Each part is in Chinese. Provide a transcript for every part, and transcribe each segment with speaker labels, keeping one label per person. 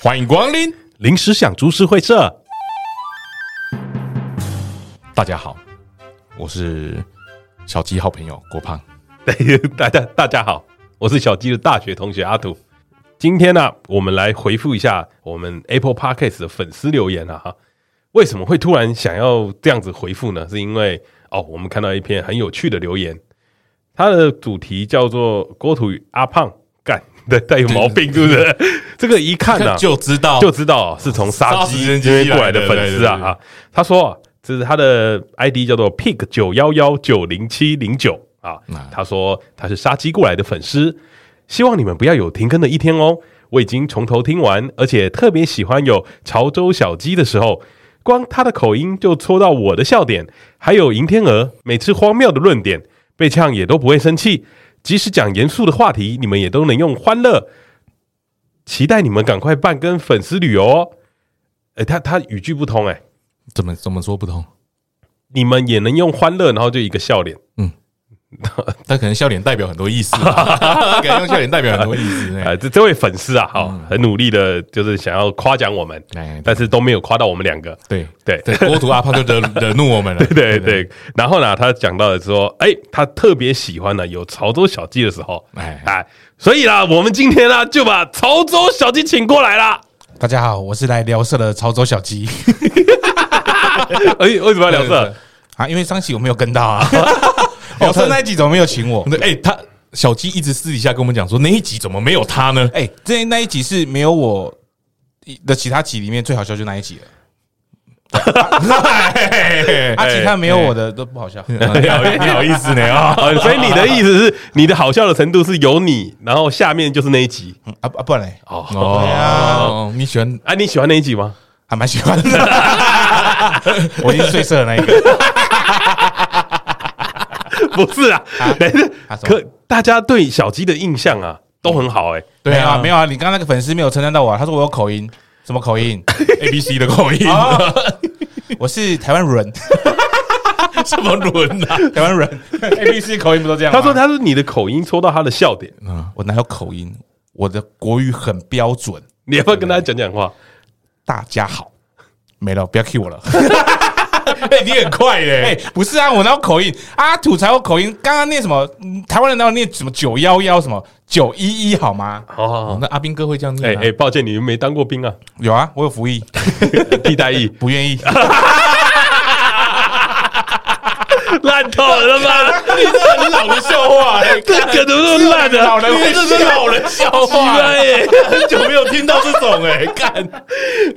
Speaker 1: 欢迎光临，
Speaker 2: 临时想株式会社，
Speaker 1: 大家好，我是小鸡好朋友郭胖。
Speaker 2: 大家大家好，我是小鸡的大学同学阿土。今天呢、我们来回复一下我们 Apple Podcast 的粉丝留言啊哈。为什么会突然想要这样子回复呢？是因为哦，我们看到一篇很有趣的留言，它的主题叫做“郭土与阿胖干”， 对，带有毛病是不是？ 这个一看呢、啊
Speaker 1: 看就知道，
Speaker 2: 就知道啊是从杀
Speaker 1: 杀时
Speaker 2: 鸡
Speaker 1: 间机
Speaker 2: 这边过来
Speaker 1: 来
Speaker 2: 的
Speaker 1: 的
Speaker 2: 粉丝啊
Speaker 1: 对对对
Speaker 2: 啊，他说啊，这是他的 ID 叫做 pig 九幺幺九零七零九啊
Speaker 1: 啊，
Speaker 2: 他说他是杀鸡过来的粉丝，希望你们不要有停更的一天哦。我已经从头听完，而且特别喜欢有潮州小鸡的时候，光他的口音就戳到我的笑点，还有银天鹅每次荒谬的论点被呛也都不会生气，即使讲严肃的话题，你们也都能用欢乐。期待你们赶快办跟粉丝旅游哦。哎、他他语句不通哎、
Speaker 1: 怎么怎么说不通？
Speaker 2: 你们也能用欢乐，然后就一个笑脸。
Speaker 1: 但可能笑脸代表很多意 思吧，可能用笑脸代表很多意思。
Speaker 2: 哎、
Speaker 1: 哎
Speaker 2: 这这位粉丝啊，好、很努力的，就是想要夸奖我们，
Speaker 1: 哎，
Speaker 2: 但是都没有夸到我们两个。
Speaker 1: 对
Speaker 2: 对
Speaker 1: 对，国土阿胖就 惹惹怒我们了。
Speaker 2: 对对，然后呢，他讲到了说，哎、他特别喜欢呢有潮州小鸡的时候，
Speaker 1: 哎
Speaker 2: 哎，所以啦，我们今天呢就把潮州小鸡请过来啦。
Speaker 3: 大家好，我是来聊色的潮州小鸡
Speaker 2: 哎、为什么要聊
Speaker 1: 对对
Speaker 2: 这？
Speaker 3: 啊，因为上期我没有跟到啊，聊色那一集怎么没有请我？
Speaker 1: 对，哎，他小鸡一直私底下跟我们讲说，那一集怎么没有他呢？
Speaker 3: 哎、这那一集是没有我的其他集里面最好笑就那一集了，
Speaker 1: 哎
Speaker 3: 啊，其他没有我的都不好笑。啊
Speaker 1: 啊你好你好意思呢 啊？
Speaker 2: 啊，所以你的意思 是，你的好笑的程度是有你，然后下面就是那一集
Speaker 3: 啊啊，不然嘞，
Speaker 2: 哦。
Speaker 1: 哦，你喜欢
Speaker 2: 啊，你喜欢那一集 吗？
Speaker 3: 还蛮喜欢的， 我已经是最色的那一个。
Speaker 2: 不是啊，但是
Speaker 3: 啊什么
Speaker 2: 可大家对小鸡的印象啊都很好哎、
Speaker 1: 对啊
Speaker 3: 没有没有啊，你刚刚那个粉丝没有称赞到我、啊，他说我有口音，什么口音？
Speaker 1: A B C 的口音？
Speaker 3: 哦我是台湾人，
Speaker 1: 什么轮啊？
Speaker 3: 台湾人，A B C 口音不都这样吗？
Speaker 2: 他说他说你的口音戳到他的笑点，
Speaker 3: 我哪有口音？我的国语很标准。
Speaker 2: 你要不要跟他讲讲话？
Speaker 3: 大家好，没了，不要 Q 我了。
Speaker 1: 哎，你很快
Speaker 3: 哎、
Speaker 1: 嘞！
Speaker 3: 不是啊，我哪有口音？阿土才有口音。刚刚念什么？嗯台湾人哪有念什么九幺幺什么九一一好吗？
Speaker 2: 好好
Speaker 1: 哦
Speaker 2: 好，，
Speaker 1: 那阿斌哥会这样
Speaker 2: 哎
Speaker 1: 念
Speaker 2: 哎、
Speaker 1: 啊？
Speaker 2: 抱歉，你们没当过兵 啊，
Speaker 3: 有啊，我有服役，
Speaker 2: 替代役
Speaker 3: 不愿意。
Speaker 2: 烂透了吧？
Speaker 1: 你这很老的笑话哎，
Speaker 2: 这个怎么那么烂的、
Speaker 3: 老人
Speaker 1: 你这是老人笑话，
Speaker 2: 哎，
Speaker 1: 很久没有听到这种哎，干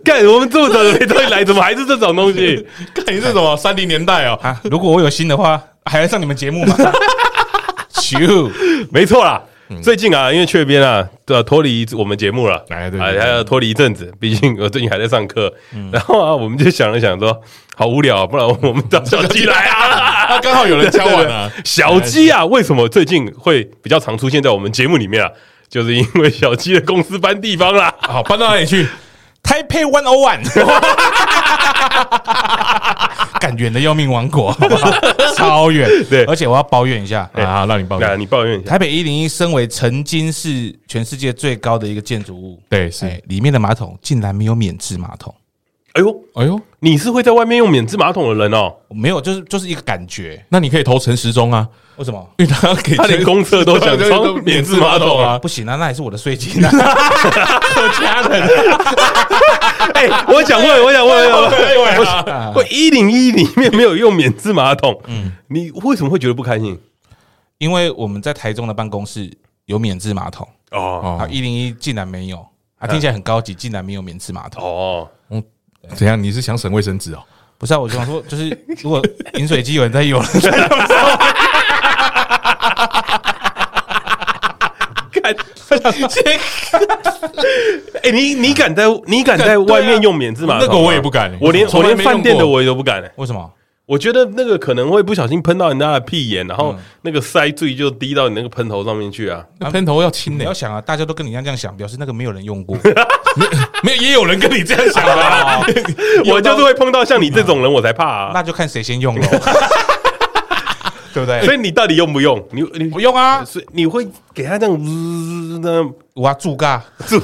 Speaker 2: 干！我们这么早就没东西来，怎么还是这种东西？
Speaker 1: 干你这种三零年代哦，
Speaker 3: 啊，如果我有心的话，还来上你们节目吗？ 咻，
Speaker 2: 没错啦。
Speaker 1: 嗯
Speaker 2: 最近啊，因为雀边啊，呃，脱离我们节目了，
Speaker 1: 哎对
Speaker 2: 啊
Speaker 1: 对嗯
Speaker 2: 还要脱离一阵子，毕竟我最近还在上课。然后啊，我们就想了想说，好无聊啊，不然我们找小鸡来啊。
Speaker 1: 啊嗯 ，刚好有人敲碗啊，
Speaker 2: 小鸡啊，为什么最近会比较常出现在我们节目里面啊？就是因为小鸡的公司搬地方啦。
Speaker 1: 好搬到哪里去？
Speaker 3: 台北 One O One，感远的要命王国，好不好？ 超远。
Speaker 2: 对
Speaker 3: 而且我要抱怨一下，
Speaker 1: 啊，让你抱
Speaker 2: 那
Speaker 1: 怨。
Speaker 2: 你抱怨一下，
Speaker 3: 台北一零一身为曾经是全世界最高的一个建筑物，
Speaker 1: 对，是，
Speaker 3: 哎，里面的马桶竟然没有免治马桶，
Speaker 2: 哎呦，
Speaker 1: 哎呦，
Speaker 2: 你是会在外面用免治马桶的人 哦，
Speaker 3: 没有，就是就是一个感觉。
Speaker 1: 那你可以投陈时中啊，
Speaker 3: 为什么？
Speaker 1: 因为他给
Speaker 2: 他连公厕都想装免治马桶啊。
Speaker 3: 不行啊，那还是我的税 金啊！
Speaker 2: 哎， 我想问，我想问，我想问。
Speaker 1: 对啊，
Speaker 2: 我一零一里面没有用免治马桶，嗯，你为什么会觉得不开心？
Speaker 3: 因为我们在台中的办公室有免治马桶，
Speaker 2: 哦
Speaker 3: 啊，
Speaker 1: 哦，
Speaker 3: 一零一竟然没有，啊，听起来很高级，竟然没有免治马桶。
Speaker 2: 哦，
Speaker 1: 怎样？你是想省卫生纸哦？
Speaker 3: 不是啊，我就想说， 就是如果饮水机有人在用，
Speaker 2: 看，哎，你你敢在你敢在外面用免治马桶吗？
Speaker 1: 那个我也不敢
Speaker 2: 我连
Speaker 1: 从
Speaker 2: 我
Speaker 1: 来
Speaker 2: 连
Speaker 1: 没
Speaker 2: 饭店
Speaker 1: 用
Speaker 2: 的
Speaker 1: 过
Speaker 2: 我也都不敢欸。
Speaker 3: 为什么？
Speaker 2: 我觉得那个可能会不小心喷到人家的屁眼，然后
Speaker 1: 嗯
Speaker 2: 那个塞醉就滴到你那个喷头上面去啊。
Speaker 1: 那喷头要清
Speaker 3: 你
Speaker 1: 呢
Speaker 3: 要，想啊，大家都跟你一样这样想，表示那个没有人用 过。
Speaker 1: 没有也有人跟你这样想的 啊，
Speaker 2: 我就是会碰到像你这种人，我才怕啊。
Speaker 3: 那就看谁先用喽。 对不对？
Speaker 2: 所以你到底用不用？你你
Speaker 3: 不用啊，
Speaker 2: 是你会给他这样滋那
Speaker 3: 我要住嘎，
Speaker 2: 住？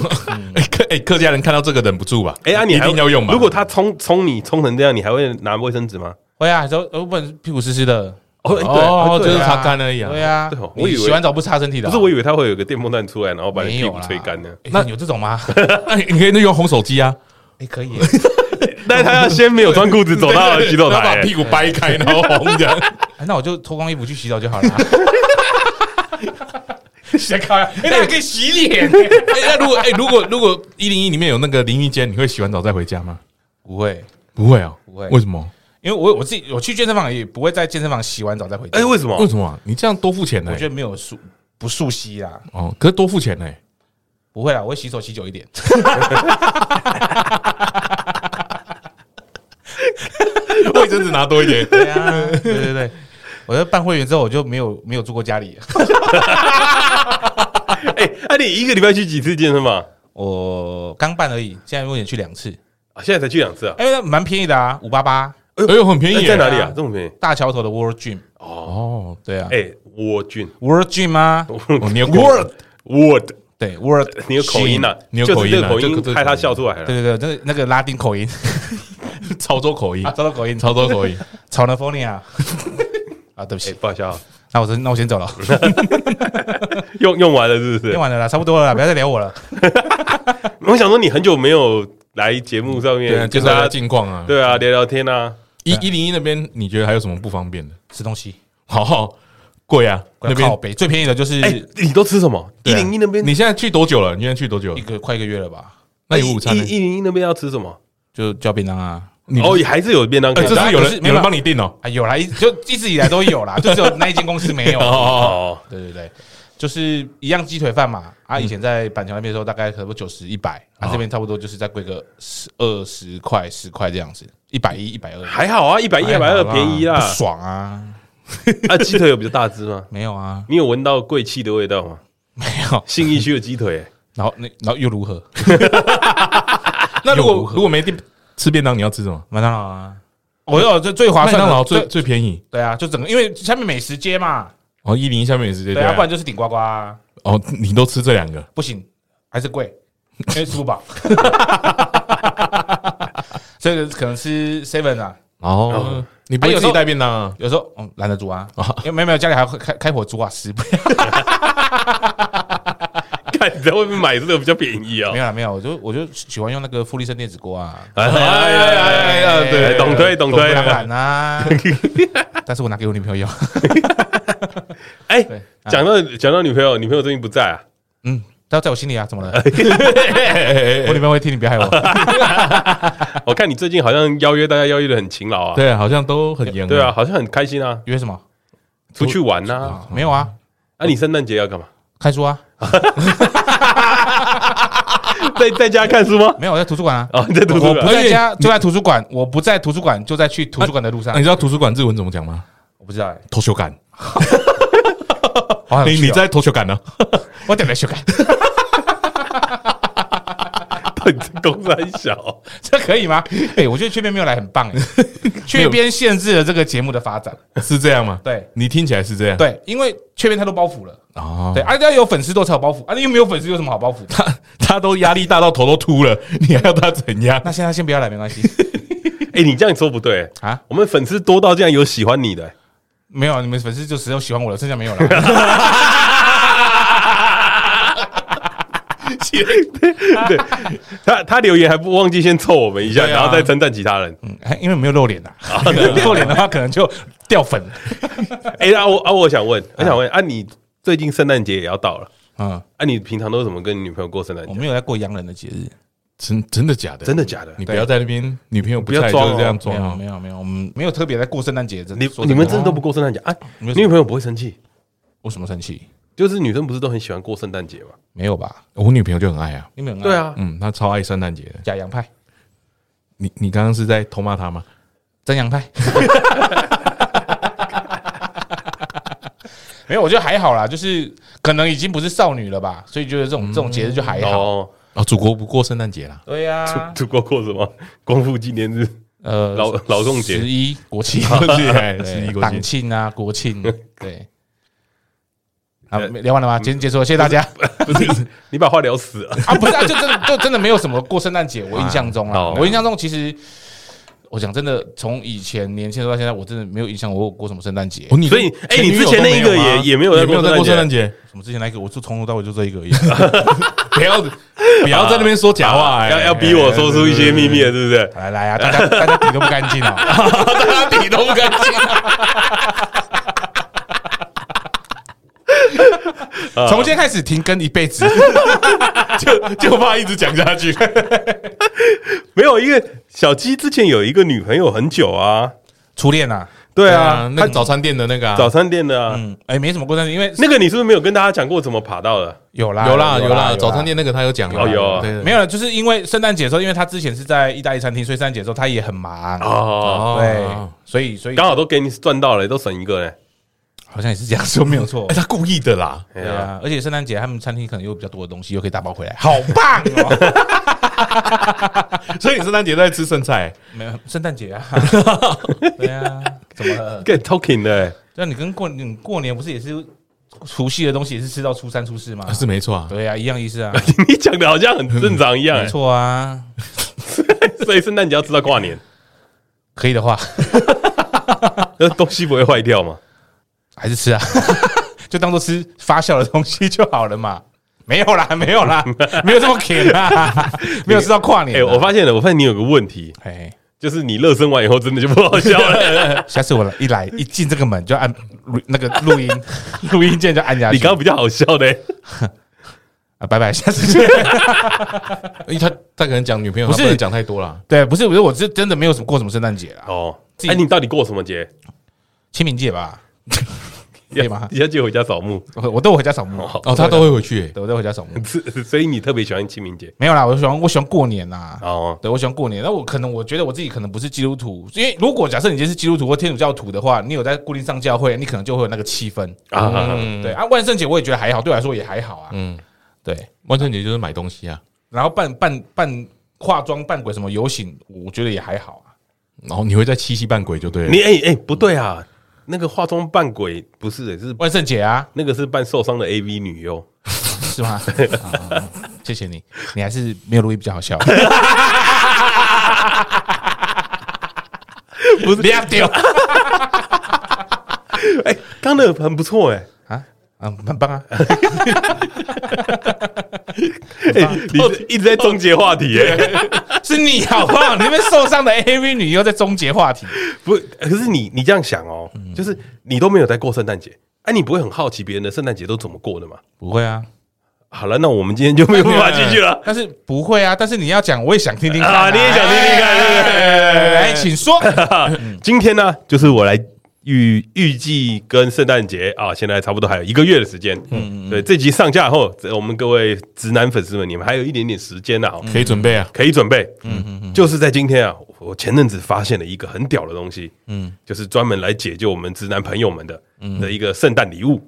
Speaker 1: 哎客哎客家人看到这个忍不住吧？
Speaker 2: 哎啊，你
Speaker 1: 一
Speaker 2: 还
Speaker 1: 定要用吧？
Speaker 2: 如果他冲冲你冲成这样，你还会拿卫生纸吗？
Speaker 3: 会啊，就呃不然屁股湿湿的，
Speaker 2: 哦哎对
Speaker 1: 哦
Speaker 2: 哦，
Speaker 1: 就是
Speaker 2: 对啊
Speaker 1: 擦干而已啊。
Speaker 3: 对啊
Speaker 2: 对哦，我
Speaker 3: 你
Speaker 2: 以为
Speaker 3: 洗完澡不擦身体的
Speaker 2: 不
Speaker 3: 啊，
Speaker 2: 是我以为他会有个电风扇出来，然后把你
Speaker 3: 没
Speaker 2: 屁
Speaker 3: 有
Speaker 2: 股
Speaker 3: 啦
Speaker 2: 吹干呢。
Speaker 3: 那有这种 吗？
Speaker 1: 那哎你你可以用红手机啊，
Speaker 3: 哎，可以，
Speaker 2: 但是他要先没有穿裤子走到 洗手
Speaker 1: 然后
Speaker 2: 台
Speaker 1: 把
Speaker 2: 欸，
Speaker 1: 屁股掰开，然后红这样。
Speaker 3: 哎那我就脱光衣服去洗澡就好了啊。谁 靠呀？ 哎，那还可以洗脸呢，
Speaker 1: 啊哎，那如果哎，如果如果一零一里面有那个淋浴间，你会洗完澡再回家吗？
Speaker 3: 不会。
Speaker 1: 不会啊，
Speaker 3: 不会
Speaker 1: 为什么？
Speaker 3: 因为我我自己我去健身房也不会在健身房洗完澡再回家，
Speaker 2: 哎，为什么
Speaker 1: 为？什么啊？你这样多付钱呢
Speaker 3: 我？觉得没有熟不熟悉啦，
Speaker 1: 哦，可是多付钱呢？
Speaker 3: 不会啦，我会洗手洗久一点。
Speaker 1: 卫生纸拿多一点。
Speaker 3: 对啊， 对对对，我在办会员之后我就没有没有住过家里，
Speaker 2: 哎，那你一个礼拜去几次健身房？
Speaker 3: 我刚办而已，现在目前去两次，
Speaker 2: 啊，现在才去两次啊？
Speaker 3: 哎，那蛮便宜的啊，五八八
Speaker 1: 哎呦，很便宜
Speaker 2: 哎
Speaker 1: 耶。
Speaker 2: 在哪里啊？这么便宜？
Speaker 3: 大桥头的 World Gym，
Speaker 1: 哦，
Speaker 3: 对啊
Speaker 2: 哎，沃俊
Speaker 3: ，World Gym 啊，
Speaker 1: 哦你有口
Speaker 2: ，Word Word，
Speaker 3: 对 World，
Speaker 2: 你有口音啊
Speaker 1: Gym，你有
Speaker 2: 就是
Speaker 1: 口音
Speaker 2: 这个
Speaker 1: 啊
Speaker 2: 口
Speaker 1: 这个这个
Speaker 2: 音害他
Speaker 1: 口音
Speaker 2: 笑出来了。
Speaker 3: 对对对，那个那个拉 丁口音，
Speaker 1: 潮州口音
Speaker 3: 啊，，找到口音，
Speaker 1: 潮州 口音。
Speaker 3: 草 a 风 i 啊， 啊，对不
Speaker 2: 哎，
Speaker 3: 起，
Speaker 2: 不好笑啊，
Speaker 3: 那我先那我先 走了，
Speaker 2: 用用完了是不是
Speaker 3: 用？完了啦，差不多了啦，不要再聊我了。
Speaker 2: 我想说你很久没有来节目上
Speaker 1: 对啊，
Speaker 2: 面
Speaker 1: 介
Speaker 2: 跟
Speaker 1: 绍一
Speaker 2: 大
Speaker 1: 下
Speaker 2: 家
Speaker 1: 近况啊。
Speaker 2: 对啊聊聊天啊。
Speaker 1: 一一零一那边，你觉得还有什么不方便的？
Speaker 3: 吃东西，
Speaker 1: 好贵啊，那
Speaker 3: 那边
Speaker 1: 边。
Speaker 3: 北最便宜的就是
Speaker 2: 哎，你都吃什么？一
Speaker 1: 对啊
Speaker 2: 零一那边，
Speaker 1: 你现在去多久了？你现在去多久
Speaker 3: 一
Speaker 1: 了？
Speaker 3: 个快一个月了吧，
Speaker 1: 那有午餐呢？
Speaker 2: 一零一那边要吃什么？
Speaker 3: 就叫便当啊。
Speaker 1: 你
Speaker 2: 哦，还是有便当可
Speaker 1: 哎，
Speaker 2: 以
Speaker 1: 这
Speaker 2: 吃
Speaker 1: 是有
Speaker 3: 不是
Speaker 1: 人
Speaker 3: 没
Speaker 1: 有
Speaker 3: 有
Speaker 1: 人帮你订哦。
Speaker 3: 啊，有啦，一就一直以来都有啦， 就只有那一间公司没有。
Speaker 2: 哦，
Speaker 3: 对对对，就是一样鸡腿饭嘛。啊，
Speaker 2: 嗯
Speaker 3: 以前在板桥那边的时候，大概差不多九十、一百，
Speaker 2: 哦
Speaker 3: 啊，这边差不多就是再贵个十二十块、十块这样子，一百一、一百二，
Speaker 2: 还好啊，一百一、百二
Speaker 3: 还好
Speaker 2: 便宜啦
Speaker 3: 不。爽啊！
Speaker 2: 啊，鸡腿有比较大只吗？
Speaker 3: 没有啊，
Speaker 2: 你有闻到贵气的味道吗？
Speaker 3: 没有。
Speaker 2: 信义区的鸡腿，
Speaker 3: 然后那然后又如 何？
Speaker 1: 那如
Speaker 3: 又如
Speaker 1: 果
Speaker 3: 何
Speaker 1: 如果没订吃便当，你要吃什么？
Speaker 3: 麦当劳啊，我有这最划
Speaker 1: 麦
Speaker 3: 算
Speaker 1: 当劳
Speaker 3: 的，
Speaker 1: 最最便宜。
Speaker 3: 对啊，就整个因为下面美食街嘛，
Speaker 1: 哦，一零一下面也是这
Speaker 3: 对啊，
Speaker 1: 样。
Speaker 3: 不然就是顶呱呱啊，
Speaker 1: 哦，你都吃这两个，
Speaker 3: 不行，还是 贵，因为吃不饱。 所以可能吃 seven 啊，
Speaker 1: 哦，你不
Speaker 3: 啊
Speaker 1: 会
Speaker 3: 有
Speaker 1: 自
Speaker 3: 时
Speaker 1: 己
Speaker 3: 候
Speaker 1: 带便当啊？
Speaker 3: 有时候嗯懒得煮啊，因为没有没有家里还会开开火煮啊，死不了。
Speaker 2: 看你在外面买这个比较便宜啊
Speaker 3: 没。有啦没有，我就我就喜欢用那个富力生电子锅啊，
Speaker 2: 哎呀呀呀呀！对，哎懂推懂推。
Speaker 3: 当然啦。啊但是我拿给我女朋友用，
Speaker 2: 哎，
Speaker 3: 对，啊
Speaker 2: 讲到讲到女朋友，女朋友最近不在啊。
Speaker 3: 嗯，她在我心里啊，怎么了？我女朋友会听，你别害我。
Speaker 2: 我看你最近好像邀约大家邀约的很勤劳啊。
Speaker 1: 对，好像都很严。
Speaker 2: 对啊，，好像很开心啊，
Speaker 3: 约什么？
Speaker 2: 出去玩呐。
Speaker 3: 没有啊，
Speaker 2: 啊，你圣诞节要干嘛？
Speaker 3: 看书啊，
Speaker 2: 在在家看书吗？
Speaker 3: 没有我在图书馆啊。
Speaker 2: 哦，你在读书
Speaker 3: 我不
Speaker 2: 啊？
Speaker 3: 在家就在图书馆，我不在图书馆就在去图书馆的路上
Speaker 1: 哎那你。知道图书馆日文怎么讲吗？
Speaker 3: 我不知道哎，
Speaker 1: 投球感。
Speaker 3: 好想
Speaker 1: 你
Speaker 3: 去
Speaker 1: 你
Speaker 3: 哦
Speaker 1: 在投球感呢？
Speaker 3: 我等来修改，
Speaker 2: 公山小，
Speaker 3: 这可以吗？哎，我觉得缺边没有来很棒哎，缺边限制了这个节目的发展。
Speaker 1: 是这样吗？
Speaker 3: 对
Speaker 1: 你听起来是这样。
Speaker 3: 对，因为缺边太多包袱了。
Speaker 1: 哦，
Speaker 3: 对，啊而且要有粉丝多才有包袱，啊而且又没有粉丝有什么好包袱？
Speaker 1: 他他都压力大到头都秃了，你还要他怎样？
Speaker 3: 那现在先不要来没关系
Speaker 2: 哎，你这样说不对
Speaker 3: 啊，
Speaker 2: 我们粉丝多到这样有喜欢你的，
Speaker 3: 没有你们粉丝就只有喜欢我了，剩下没有了。
Speaker 2: 对，他他留言还不忘记先凑我们一下，
Speaker 1: 对啊
Speaker 2: 然后再称赞其他人。
Speaker 3: 嗯因为没有露脸呐，露脸的话可能就掉粉。
Speaker 2: 哎，啊我啊，我想问，我想问啊，你最近圣诞节也要到了，
Speaker 3: 嗯，
Speaker 2: 啊，你平常都是怎么跟你女朋友过圣诞
Speaker 3: 我
Speaker 2: 节？
Speaker 3: 没有在过洋人的节日，
Speaker 1: 真真的假的？
Speaker 2: 真的假的
Speaker 1: 你？不要在那边，女朋友不在
Speaker 2: 不要装哦
Speaker 1: 就是这样
Speaker 3: 没
Speaker 1: 装
Speaker 3: 有
Speaker 1: 哦。
Speaker 3: 没有没有，我们没有特别在过圣诞节。真
Speaker 2: 你
Speaker 3: 说
Speaker 2: 你们真的
Speaker 3: 的
Speaker 2: 都不过圣诞节啊？
Speaker 3: 没有
Speaker 2: 你女朋友不会生气？
Speaker 3: 为什么生气？
Speaker 2: 就是女生不是都很喜欢过圣诞节吗？
Speaker 3: 没有吧？
Speaker 1: 我女朋友就很爱啊，
Speaker 3: 你们很爱
Speaker 2: 对，啊，
Speaker 1: 嗯，她超爱圣诞节的。
Speaker 3: 假洋派、
Speaker 1: 你你刚刚是在偷骂她吗？
Speaker 3: 真洋派。没有，我觉得还好啦，就是可能已经不是少女了吧，所以觉得这种这种节日就还好。
Speaker 2: 哦，
Speaker 1: 哦，祖国不过圣诞节啦，
Speaker 3: 对呀，
Speaker 2: 出出国过什么光复纪念日？
Speaker 3: 呃，
Speaker 2: 劳劳动节
Speaker 3: 十一国庆，
Speaker 1: 国庆哎
Speaker 3: 对
Speaker 1: 十一国庆
Speaker 3: 党庆啊，国庆，对。啊，没聊完了吗？今天结束了，谢谢大家
Speaker 2: 不是你 把话聊死了。
Speaker 3: 啊！不是啊，就真的就真的没有什么过圣诞节，我印象中
Speaker 2: 啊
Speaker 3: 啊
Speaker 2: 好，
Speaker 3: 我印象中其实，我讲真的，从以前年轻的时候到现在，我真的没有印象我有过什么圣诞节。
Speaker 1: 哦你
Speaker 2: 所以哎你
Speaker 1: 前女友
Speaker 2: 之前那一个
Speaker 1: 都没有吗
Speaker 2: 也也没有在
Speaker 1: 也没有
Speaker 2: 过
Speaker 1: 在过
Speaker 2: 圣
Speaker 1: 圣
Speaker 2: 诞
Speaker 1: 诞节，
Speaker 3: 什么之前那个，我就从头到尾就这一个而已。
Speaker 1: 不要不要在那边说假话，哎
Speaker 2: 要要逼我说出一些秘密了，对不对？
Speaker 3: 来来啊，大家大家底都不干净啊，大家底都不干净
Speaker 2: 哦
Speaker 3: 啊。从今天开始停更一辈子，
Speaker 1: 就就怕一直讲下去。
Speaker 2: 没有，因为小鸡之前有一个女朋友很久啊，
Speaker 3: 初恋啊，
Speaker 2: 对啊，
Speaker 1: 那个早餐店的那个啊
Speaker 2: 早餐店的啊，
Speaker 3: 嗯，哎，没什么过生日，因为
Speaker 2: 那个你是不是没有跟大家讲过怎么爬到的？
Speaker 3: 有啦
Speaker 1: 有啦有啦，早餐店那个他有讲啦
Speaker 2: 哦有啊
Speaker 1: 对对
Speaker 3: 没有了，就是因为圣诞节的时候，因为他之前是在意大利餐厅，所以圣诞节的时候他也很忙，
Speaker 2: 哦，
Speaker 3: 对
Speaker 1: 哦，
Speaker 3: 所以所以
Speaker 2: 刚好都给你赚到了，都省一个嘞。
Speaker 3: 好像也是这样说，没有错
Speaker 1: 哎，。他故意的啦，
Speaker 2: 哎
Speaker 3: 对
Speaker 2: 呀，
Speaker 3: 啊，而且圣诞节他们餐厅可能有比较多的东西，又可以打包回来，好棒哦！
Speaker 1: 所以你圣诞节都在吃剩菜，
Speaker 3: 没有圣诞节啊，对啊，怎么了？
Speaker 2: get talking 的 欸，
Speaker 3: 那你跟过你过年不是也是除夕的东西也是吃到初三初四吗
Speaker 1: 啊？是没错啊。
Speaker 3: 对啊，一样意思啊，
Speaker 2: 你讲的好像很正常一样
Speaker 3: 没
Speaker 2: 欸。
Speaker 3: 错啊，嗯
Speaker 2: 所以圣诞节要吃到跨年，
Speaker 3: 可以的话
Speaker 2: 那东西不会坏掉嘛？
Speaker 3: 还是吃啊， 就当做吃发酵的东西就好了嘛。没有啦，没有啦，没有这么甜啦，没有吃到跨年
Speaker 2: 哎，
Speaker 3: 啊。
Speaker 2: 我发现了，我发现你有个问题，
Speaker 3: 哎，
Speaker 2: 就是你热身完以后真的就不好笑 了。
Speaker 3: 下次我来一来一进这个门就按录那个录 音录音键就按下去。
Speaker 2: 你刚刚比较好笑的欸，
Speaker 3: 啊，拜拜，下 次见。
Speaker 1: 因为哎他他可能讲女朋友，
Speaker 3: 不
Speaker 1: 他
Speaker 3: 是
Speaker 1: 不能讲太多啦。
Speaker 3: 对，不是不是，我是真的没有什么过什么圣诞节啦，
Speaker 2: 哦。
Speaker 3: 自己
Speaker 2: 哎，你到底过什么节？
Speaker 3: 清明 节吧，可以吗
Speaker 2: 你要记得回家扫墓，
Speaker 3: 我我都回家扫墓，
Speaker 1: 哦，他都会回去欸，
Speaker 3: 对，我都回家扫墓。
Speaker 2: 是所以你特别喜欢清明节
Speaker 3: 没有啦，我喜欢我喜欢过年呐、
Speaker 2: 哦。
Speaker 3: 对，我喜欢过年。那我可能我觉得我自己可能不是基督徒，因为如果假设你今天是基督徒或天主教徒的话，你有在固定上教会，你可能就会有那个气氛。
Speaker 2: 啊，
Speaker 3: 对啊，万圣节我也觉得还好，对我来说也还好啊。
Speaker 1: 嗯，
Speaker 3: 对，
Speaker 1: 万圣节就是买东西啊，
Speaker 3: 然后扮扮扮化妆扮鬼什么游行，我觉得也还好啊。
Speaker 1: 然后你会在七夕扮鬼就对了
Speaker 2: 你。哎哎不对啊，那个化妆扮鬼不是欸是
Speaker 3: 万圣节啊，
Speaker 2: 那个是扮受伤的 AV 女优，
Speaker 3: 是吗？啊谢谢你，你还是没有录音比较好笑。
Speaker 2: 不是
Speaker 3: 亮掉
Speaker 1: 嗯
Speaker 2: 哎，刚的很不错哎。
Speaker 3: 啊，嗯，很棒啊。
Speaker 2: 哎，你一直在终结话题哎。
Speaker 3: 是你好不好？你们受伤的 AV 女优在终结话题，
Speaker 2: 不，可是你你这样想哦，就是你都没有在过圣诞节，哎、你不会很好奇别人的圣诞节都怎么过的吗？
Speaker 3: 不会啊，
Speaker 2: 好了，那我们今天就没有办法继续 了。
Speaker 3: 但是不会啊，但是你要讲，我也想听听看
Speaker 2: 啊你也想听听看对不对
Speaker 3: 哎来，请说。
Speaker 2: 今天呢，就是我来预预计跟圣诞节啊，现在差不多还有一个月的时间。嗯嗯，对，这集上架后，这我们各位直男粉丝们，你们还有一点点时间呢、啊，
Speaker 1: 可以准备啊，
Speaker 2: 可以准备。嗯嗯嗯，就是在今天啊，我前阵子发现了一个很屌的东西，嗯，就是专门来解救我们直男朋友们的的一个圣诞礼物，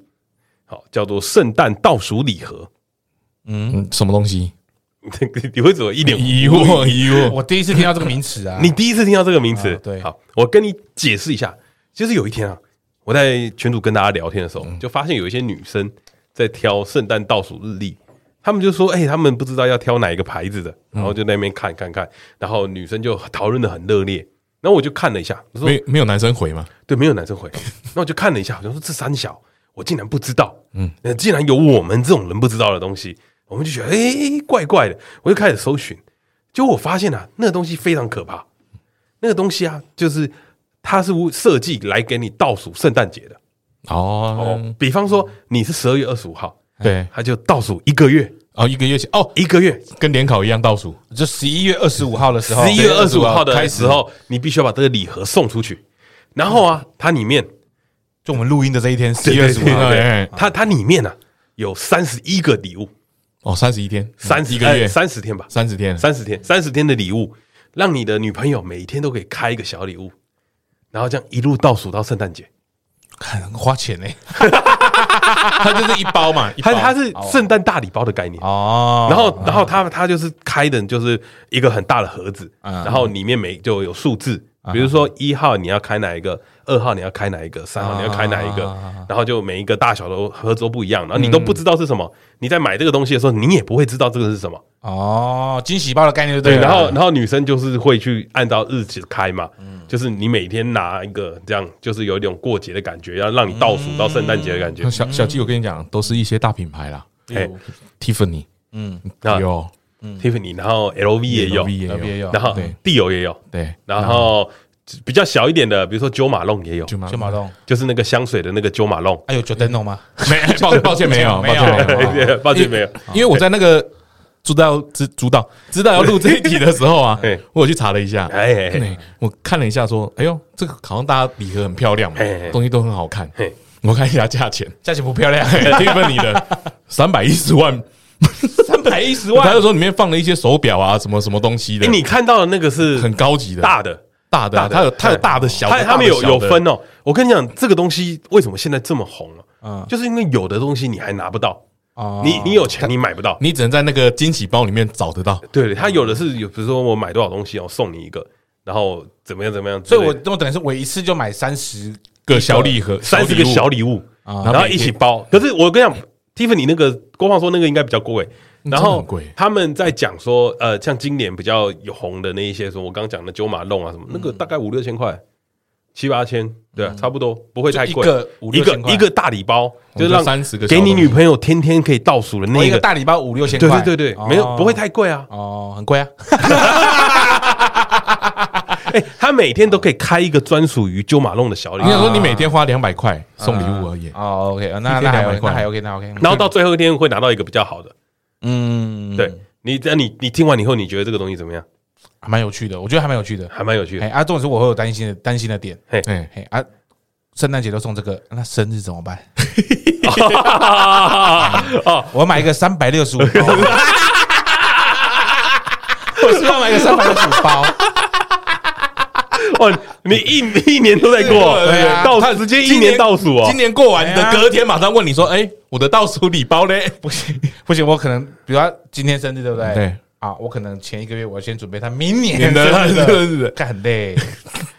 Speaker 2: 好，叫做圣诞倒数礼盒。
Speaker 1: 嗯，什么东西？
Speaker 2: 你会怎么一脸
Speaker 1: 疑惑疑惑，
Speaker 3: 我第一次听到这个名词啊，
Speaker 2: 你第一次听到这个名词、
Speaker 3: 啊对
Speaker 2: 好，我跟你解释一下，就是有一天啊，我在群组跟大家聊天的时候，
Speaker 3: 嗯
Speaker 2: 就发现有一些女生在挑圣诞倒数日历，她们就说，哎、她们不知道要挑哪一个牌子的，然后就在那边看看看，然后女生就讨论的很热烈，然后我就看了一下，我说
Speaker 1: 没没有男生回吗？
Speaker 2: 对，没有男生 回，那我就看了一下，我就说这三小，我竟然不知道，嗯，呃，竟然有我们这种人不知道的东西，我们就觉得哎、诶怪怪的，我就开始搜寻，结果我发现啊，那个东西非常可怕，那个东西啊，就是它是设计来给你倒数圣诞节的哦，
Speaker 1: 哦，哎
Speaker 2: 比方说你是十二月二十五号，
Speaker 1: 对，
Speaker 2: 它就倒数一个月，
Speaker 1: 哦，一个月前，哦，
Speaker 2: 一个月，
Speaker 1: 跟联考一样倒数，
Speaker 3: 就十一月二十五号的时候，
Speaker 2: 哦十一月二十五号
Speaker 1: 开
Speaker 2: 的
Speaker 1: 始
Speaker 2: 时候，你必须要把这个礼盒送出去，然后啊，它里面
Speaker 3: 就我们录音的这一 天，十一月
Speaker 2: 对
Speaker 3: 二十
Speaker 2: 对
Speaker 3: 五号
Speaker 1: 号
Speaker 2: 对
Speaker 1: 哎
Speaker 2: 它它里面呢、啊、有三十一个礼物，
Speaker 1: 哦，三十一天，
Speaker 2: 三十
Speaker 1: 一个月，
Speaker 2: 三十天吧，
Speaker 1: 哎三十天，
Speaker 2: 三十天，三十天的礼物，让你的女朋友每天都可以开一个小礼物，然后这样一路倒数到圣诞节。
Speaker 3: 看很花钱
Speaker 1: 欸
Speaker 3: 呢、
Speaker 1: 它就是一包 嘛，一包
Speaker 2: 它它是圣诞大礼包的概念。
Speaker 3: 哦
Speaker 2: 然后，然后它它就是开的，就是一个很大的盒子，然后里面每就有数字，比如说一号你要开哪一个，二号你要开哪一个，三号你要开哪一个，然后就每一个大小的盒子都不一样，然后你都不知道是什么，你在买这个东西的时候，你也不会知道这个是什么。
Speaker 3: 哦，惊喜包的概念就
Speaker 1: 啊
Speaker 2: 对，
Speaker 3: 了
Speaker 2: 然后然后女生就是会去按照日子开嘛，
Speaker 1: 嗯
Speaker 2: 就是你每天拿一个这样，就是有一种过节的感觉，要让你倒数到圣诞节的感觉。
Speaker 1: 小小鸡，我跟你讲，都是一些大品牌啦
Speaker 2: 哎
Speaker 1: ，Tiffany
Speaker 3: 嗯，
Speaker 2: 啊
Speaker 1: 有
Speaker 2: ，Tiffany，然后 LV 也有
Speaker 1: LV，
Speaker 3: LV 也
Speaker 1: 嗯也有，
Speaker 3: 有
Speaker 2: 然后
Speaker 1: 对
Speaker 2: 地友也有，
Speaker 1: 对，
Speaker 2: 然后比较小一点的，比如说九马弄也有，
Speaker 1: 马
Speaker 3: 九马龙，
Speaker 2: 就是那个香水的那个九马弄。
Speaker 3: 还有九灯笼 吗？
Speaker 1: 没， 抱抱歉没有，
Speaker 3: 没有
Speaker 1: 抱歉
Speaker 2: 对抱歉没有，
Speaker 1: 因为我在那个知道知知道知道要录这一题的时候啊
Speaker 2: 对，
Speaker 1: 我有去查了一下，
Speaker 2: 哎哎哎
Speaker 1: 对，我看了一下说，哎呦，这个好像大家礼盒很漂亮嘛
Speaker 2: 嘿嘿，
Speaker 1: 东西都很好看
Speaker 2: 嘿，
Speaker 1: 我看一下价钱
Speaker 3: 价钱不漂亮，
Speaker 1: ，Tiffany 的三百一十万，
Speaker 3: 三百一十
Speaker 1: 他
Speaker 3: 万
Speaker 1: 就说里面放了一些手表啊，什么什么东西的
Speaker 2: 哎，，你看到的那个是
Speaker 1: 很高级的，
Speaker 2: 大的，
Speaker 1: 大的啊，
Speaker 2: 大的
Speaker 1: 它有它有大的小的，
Speaker 2: 它他们有
Speaker 1: 大的
Speaker 2: 有
Speaker 1: 小的
Speaker 2: 分哦。我跟你讲，这个东西为什么现在这么红啊
Speaker 3: 嗯？
Speaker 2: 就是因为有的东西你还拿不到，
Speaker 3: 哦
Speaker 2: 你你有钱你买不到。
Speaker 1: 你只能在那个惊喜包里面找得到。
Speaker 2: 对，他有的是有，比如说我买多少东西，我送你一个，然后怎么样怎么样之
Speaker 3: 所
Speaker 2: 类
Speaker 3: 以
Speaker 2: 的，
Speaker 3: 我我等于是我一次就买三十
Speaker 1: 个小礼盒，
Speaker 2: 三十个
Speaker 1: 礼物
Speaker 2: 小礼物，
Speaker 3: 啊
Speaker 2: 然后一起包。可是我跟你讲，Tiffany 那个郭胖说那个应该比较贵，
Speaker 1: 真
Speaker 2: 然
Speaker 3: 嗯
Speaker 1: 的
Speaker 2: 后
Speaker 1: 很贵
Speaker 2: 他们在讲说，呃，像今年比较有红的那一些，说我刚讲的九马弄啊什么，那个
Speaker 3: 嗯
Speaker 2: 大概五六千块。七八千，对啊，差不多不会太
Speaker 3: 就一
Speaker 2: 贵。
Speaker 3: 个五
Speaker 2: 一
Speaker 3: 六
Speaker 2: 个
Speaker 3: 千块
Speaker 2: 一个大礼包，
Speaker 1: 我们
Speaker 2: 就
Speaker 1: 就
Speaker 2: 让
Speaker 1: 30个小
Speaker 2: 给
Speaker 1: 东
Speaker 2: 你
Speaker 1: 西
Speaker 2: 女朋友天天可以倒数的
Speaker 3: 我
Speaker 2: 那
Speaker 3: 哦一个大礼包五六千
Speaker 2: 对
Speaker 3: 块，
Speaker 2: 对对对，没有不会太贵啊。
Speaker 3: 哦，很贵啊，
Speaker 2: 哎，他每天都可以开一个专属于九马弄的小礼
Speaker 1: 你
Speaker 2: 包
Speaker 3: 啊
Speaker 1: 想，说你每天花两百块
Speaker 2: 啊
Speaker 1: 送礼物而已，
Speaker 3: 哦，OK，啊那
Speaker 1: 一天
Speaker 3: 那还
Speaker 1: 200
Speaker 3: OK，
Speaker 1: 块
Speaker 3: 那还 OK，那还 OK，
Speaker 2: 然后到最后一天会拿到一个比较好的。
Speaker 3: 嗯，
Speaker 2: 对你，那你你听完以后，你觉得这个东西怎么样？
Speaker 3: 还蛮有趣的，我觉得还蛮有趣的。
Speaker 2: 还蛮有趣的
Speaker 3: 哎，。啊，重点是我会有担心的担心的点，
Speaker 1: 哎，
Speaker 3: 嘿啊，圣诞节都送这个，那生日怎么办？
Speaker 2: 哦，
Speaker 3: 我买一个三百六十五 包，我是不是要买一个三百六十五包？
Speaker 2: 哦，你一一年都在过
Speaker 3: 对，啊
Speaker 2: 倒直接一年倒数哦
Speaker 1: 今。年过完
Speaker 3: 哎
Speaker 1: 的
Speaker 3: 呀
Speaker 1: 隔天，马上问你说：“哎，我的倒数礼包嘞
Speaker 3: 不行不行，我可能比如他今天生日对不对？
Speaker 1: 对
Speaker 3: 啊，我可能前一个月我要先准备他明年
Speaker 1: 明年的
Speaker 3: 生日 的
Speaker 1: 生日
Speaker 3: 干很累，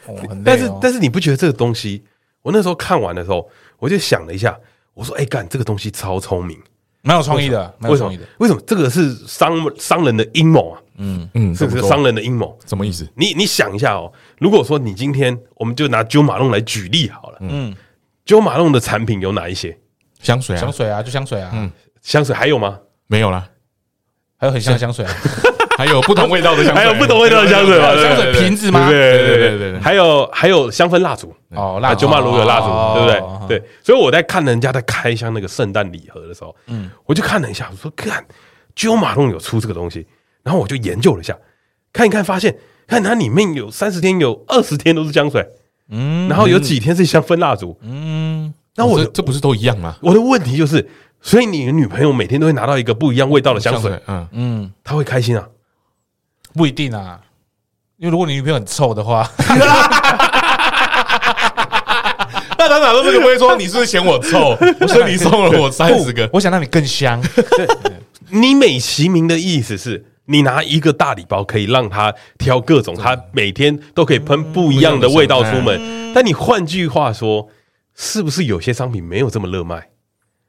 Speaker 3: 哦很累哦。
Speaker 2: 但是但是你不觉得这个东西？我那时候看完的时候，我就想了一下，我说：“哎，干，这个东西超聪明，
Speaker 3: 蛮有创意的，蛮
Speaker 2: 为
Speaker 3: 有
Speaker 2: 什
Speaker 3: 创
Speaker 2: 么
Speaker 3: 意的。？
Speaker 2: 为什么这个是商商人的阴谋啊？？”
Speaker 1: 嗯，这
Speaker 2: 是不
Speaker 1: 不
Speaker 2: 是
Speaker 1: 错
Speaker 2: 商人的阴谋？
Speaker 1: 什么意思？
Speaker 2: 你你想一下哦，如果说你今天我们就拿九马弄来举例好了，
Speaker 3: 嗯，
Speaker 2: 九马弄的产品有哪一些？
Speaker 1: 香水
Speaker 3: 香
Speaker 1: 啊，
Speaker 3: 水啊，就香水
Speaker 2: 嗯
Speaker 3: 啊，
Speaker 2: 香水还有吗？
Speaker 1: 没有啦，
Speaker 3: 还有很香的香水啊，
Speaker 1: 还有不同味道的香水，
Speaker 2: 还有不同味道的香 水吗？
Speaker 3: 香水瓶子吗？
Speaker 2: 对对
Speaker 1: 对
Speaker 2: 对
Speaker 1: 对对
Speaker 2: 对对，
Speaker 1: 对
Speaker 2: 还有还有香氛蜡烛，
Speaker 3: 哦，
Speaker 2: 啊，
Speaker 3: 蜡
Speaker 2: 九马炉有蜡烛，对
Speaker 3: 哦
Speaker 2: 不对？对，所以我在看人家在开箱那个圣诞礼盒的时候，嗯，我就看了一下，我说看九马龙有出这个东西，然后我就研究了一下，看一看，发现看它里面有三十天，有二十天都是香水，嗯，然后有几天是香氛蜡烛，嗯，那
Speaker 1: 哦
Speaker 2: 我
Speaker 1: 这
Speaker 2: 的
Speaker 1: 这不是都一样吗？
Speaker 2: 我的问题就是，所以你的女朋友每天都会拿到一个不一样味道的香水，，
Speaker 1: 嗯，
Speaker 3: 嗯，
Speaker 2: 她会开心啊？
Speaker 3: 不一定啊，因为如果你女朋友很臭 的话，
Speaker 1: 那他哪都这个不会说你是不是嫌我 臭，所以你送了我三十个
Speaker 3: 不，我想让你更香。
Speaker 2: 你美其名的意思是你拿一个大礼包可以让他挑各种，他每天都可以喷不一样的味道出门。但你换句话说，是不是有些商品没有这么热卖？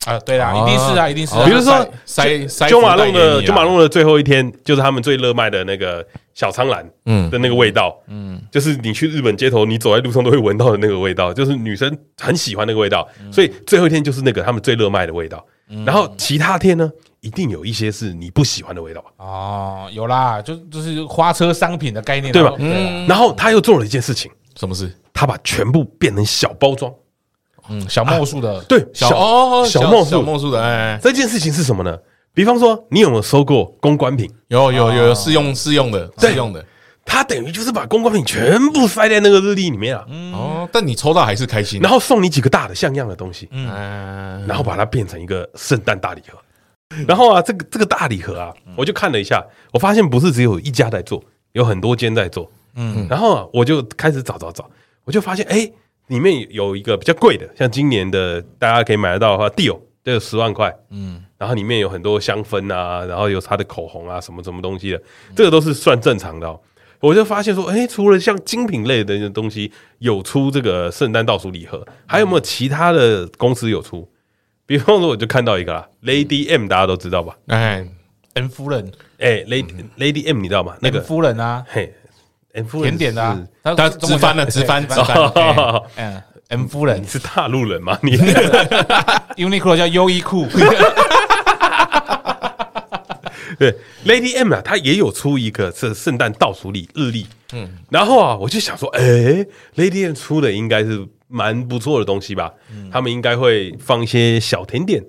Speaker 3: 啊，对啦，一定是啊，一定是啊。
Speaker 2: 哦比如说
Speaker 1: 塞塞
Speaker 2: 九马龙的九
Speaker 1: 九
Speaker 2: 马龙的最后一天，就是他们最热卖的那个小苍兰，嗯
Speaker 1: 嗯
Speaker 2: 的那个味道，嗯，就是你去日本街头，你走在路上都会闻到的那个味道，就是女生很喜欢那个味道，所以最后一天就是那个他们最热卖的味道。然后其他天呢，一定有一些是你不喜欢的味道吧？
Speaker 3: 哦，有啦，就就是花车商品的概念啊，
Speaker 2: 对吧
Speaker 3: 嗯，
Speaker 2: 然后他又做了一件事情。
Speaker 1: 什么事？
Speaker 2: 他把全部变成小包装。
Speaker 3: 嗯，小莫数的，
Speaker 2: 啊对，
Speaker 1: 小哦
Speaker 2: 小
Speaker 1: 小
Speaker 2: 梦
Speaker 1: 小
Speaker 2: 数。
Speaker 1: 梦数的，哎，哎
Speaker 2: 这件事情是什么呢？比方说，你有没有收过公关品？
Speaker 1: 有有有有试用试用的
Speaker 2: 啊对
Speaker 1: 试用的
Speaker 2: 他等于就是把公关品全部塞在那个日历里面啊，
Speaker 1: 哦，但你抽到还是开心的
Speaker 2: 然。后送你几个大的像样的东西，
Speaker 1: 嗯，
Speaker 2: 然后把它变成一个圣诞大礼盒。然后啊，这个这个大礼盒啊，我就看了一下，我发现不是只有一家在做，有很多间在做。嗯，然后啊，我就开始找找找，我就发现，哎，里面有一个比较贵的，像今年的大家可以买得到的话，Dior 这个十万块，嗯，然后里面有很多香氛啊，然后有它的口红啊，什么什么东西的，这个都是算正常的、哦。我就发现说，哎、除了像精品类的东西有出这个圣诞倒数礼盒，还有没有其他的公司有出？比方说，我就看到一个啦，Lady M，大家都知道吧？
Speaker 3: 哎，N 夫人
Speaker 2: 哎、l a d y
Speaker 3: 嗯
Speaker 2: Lady M，你知道吗？那
Speaker 3: ，N
Speaker 2: 个
Speaker 3: 夫人啊，
Speaker 2: 嘿，M 夫人
Speaker 3: 甜点的啊
Speaker 2: 是，
Speaker 1: 他
Speaker 3: 中文
Speaker 1: 直翻了
Speaker 3: 叫
Speaker 1: 直 翻
Speaker 2: 哦
Speaker 3: 哎
Speaker 1: 直翻
Speaker 3: 哎嗯，M 夫人
Speaker 2: 你是大陆人吗？ 你
Speaker 3: ，Uniqlo 叫优衣库，
Speaker 2: 对 Lady M 啊，她也有出一个是圣诞倒数礼日历，嗯，然后啊，我就想说，哎、l a d y M 出的应该是蛮不错的东西吧？他们应该会放一些小甜点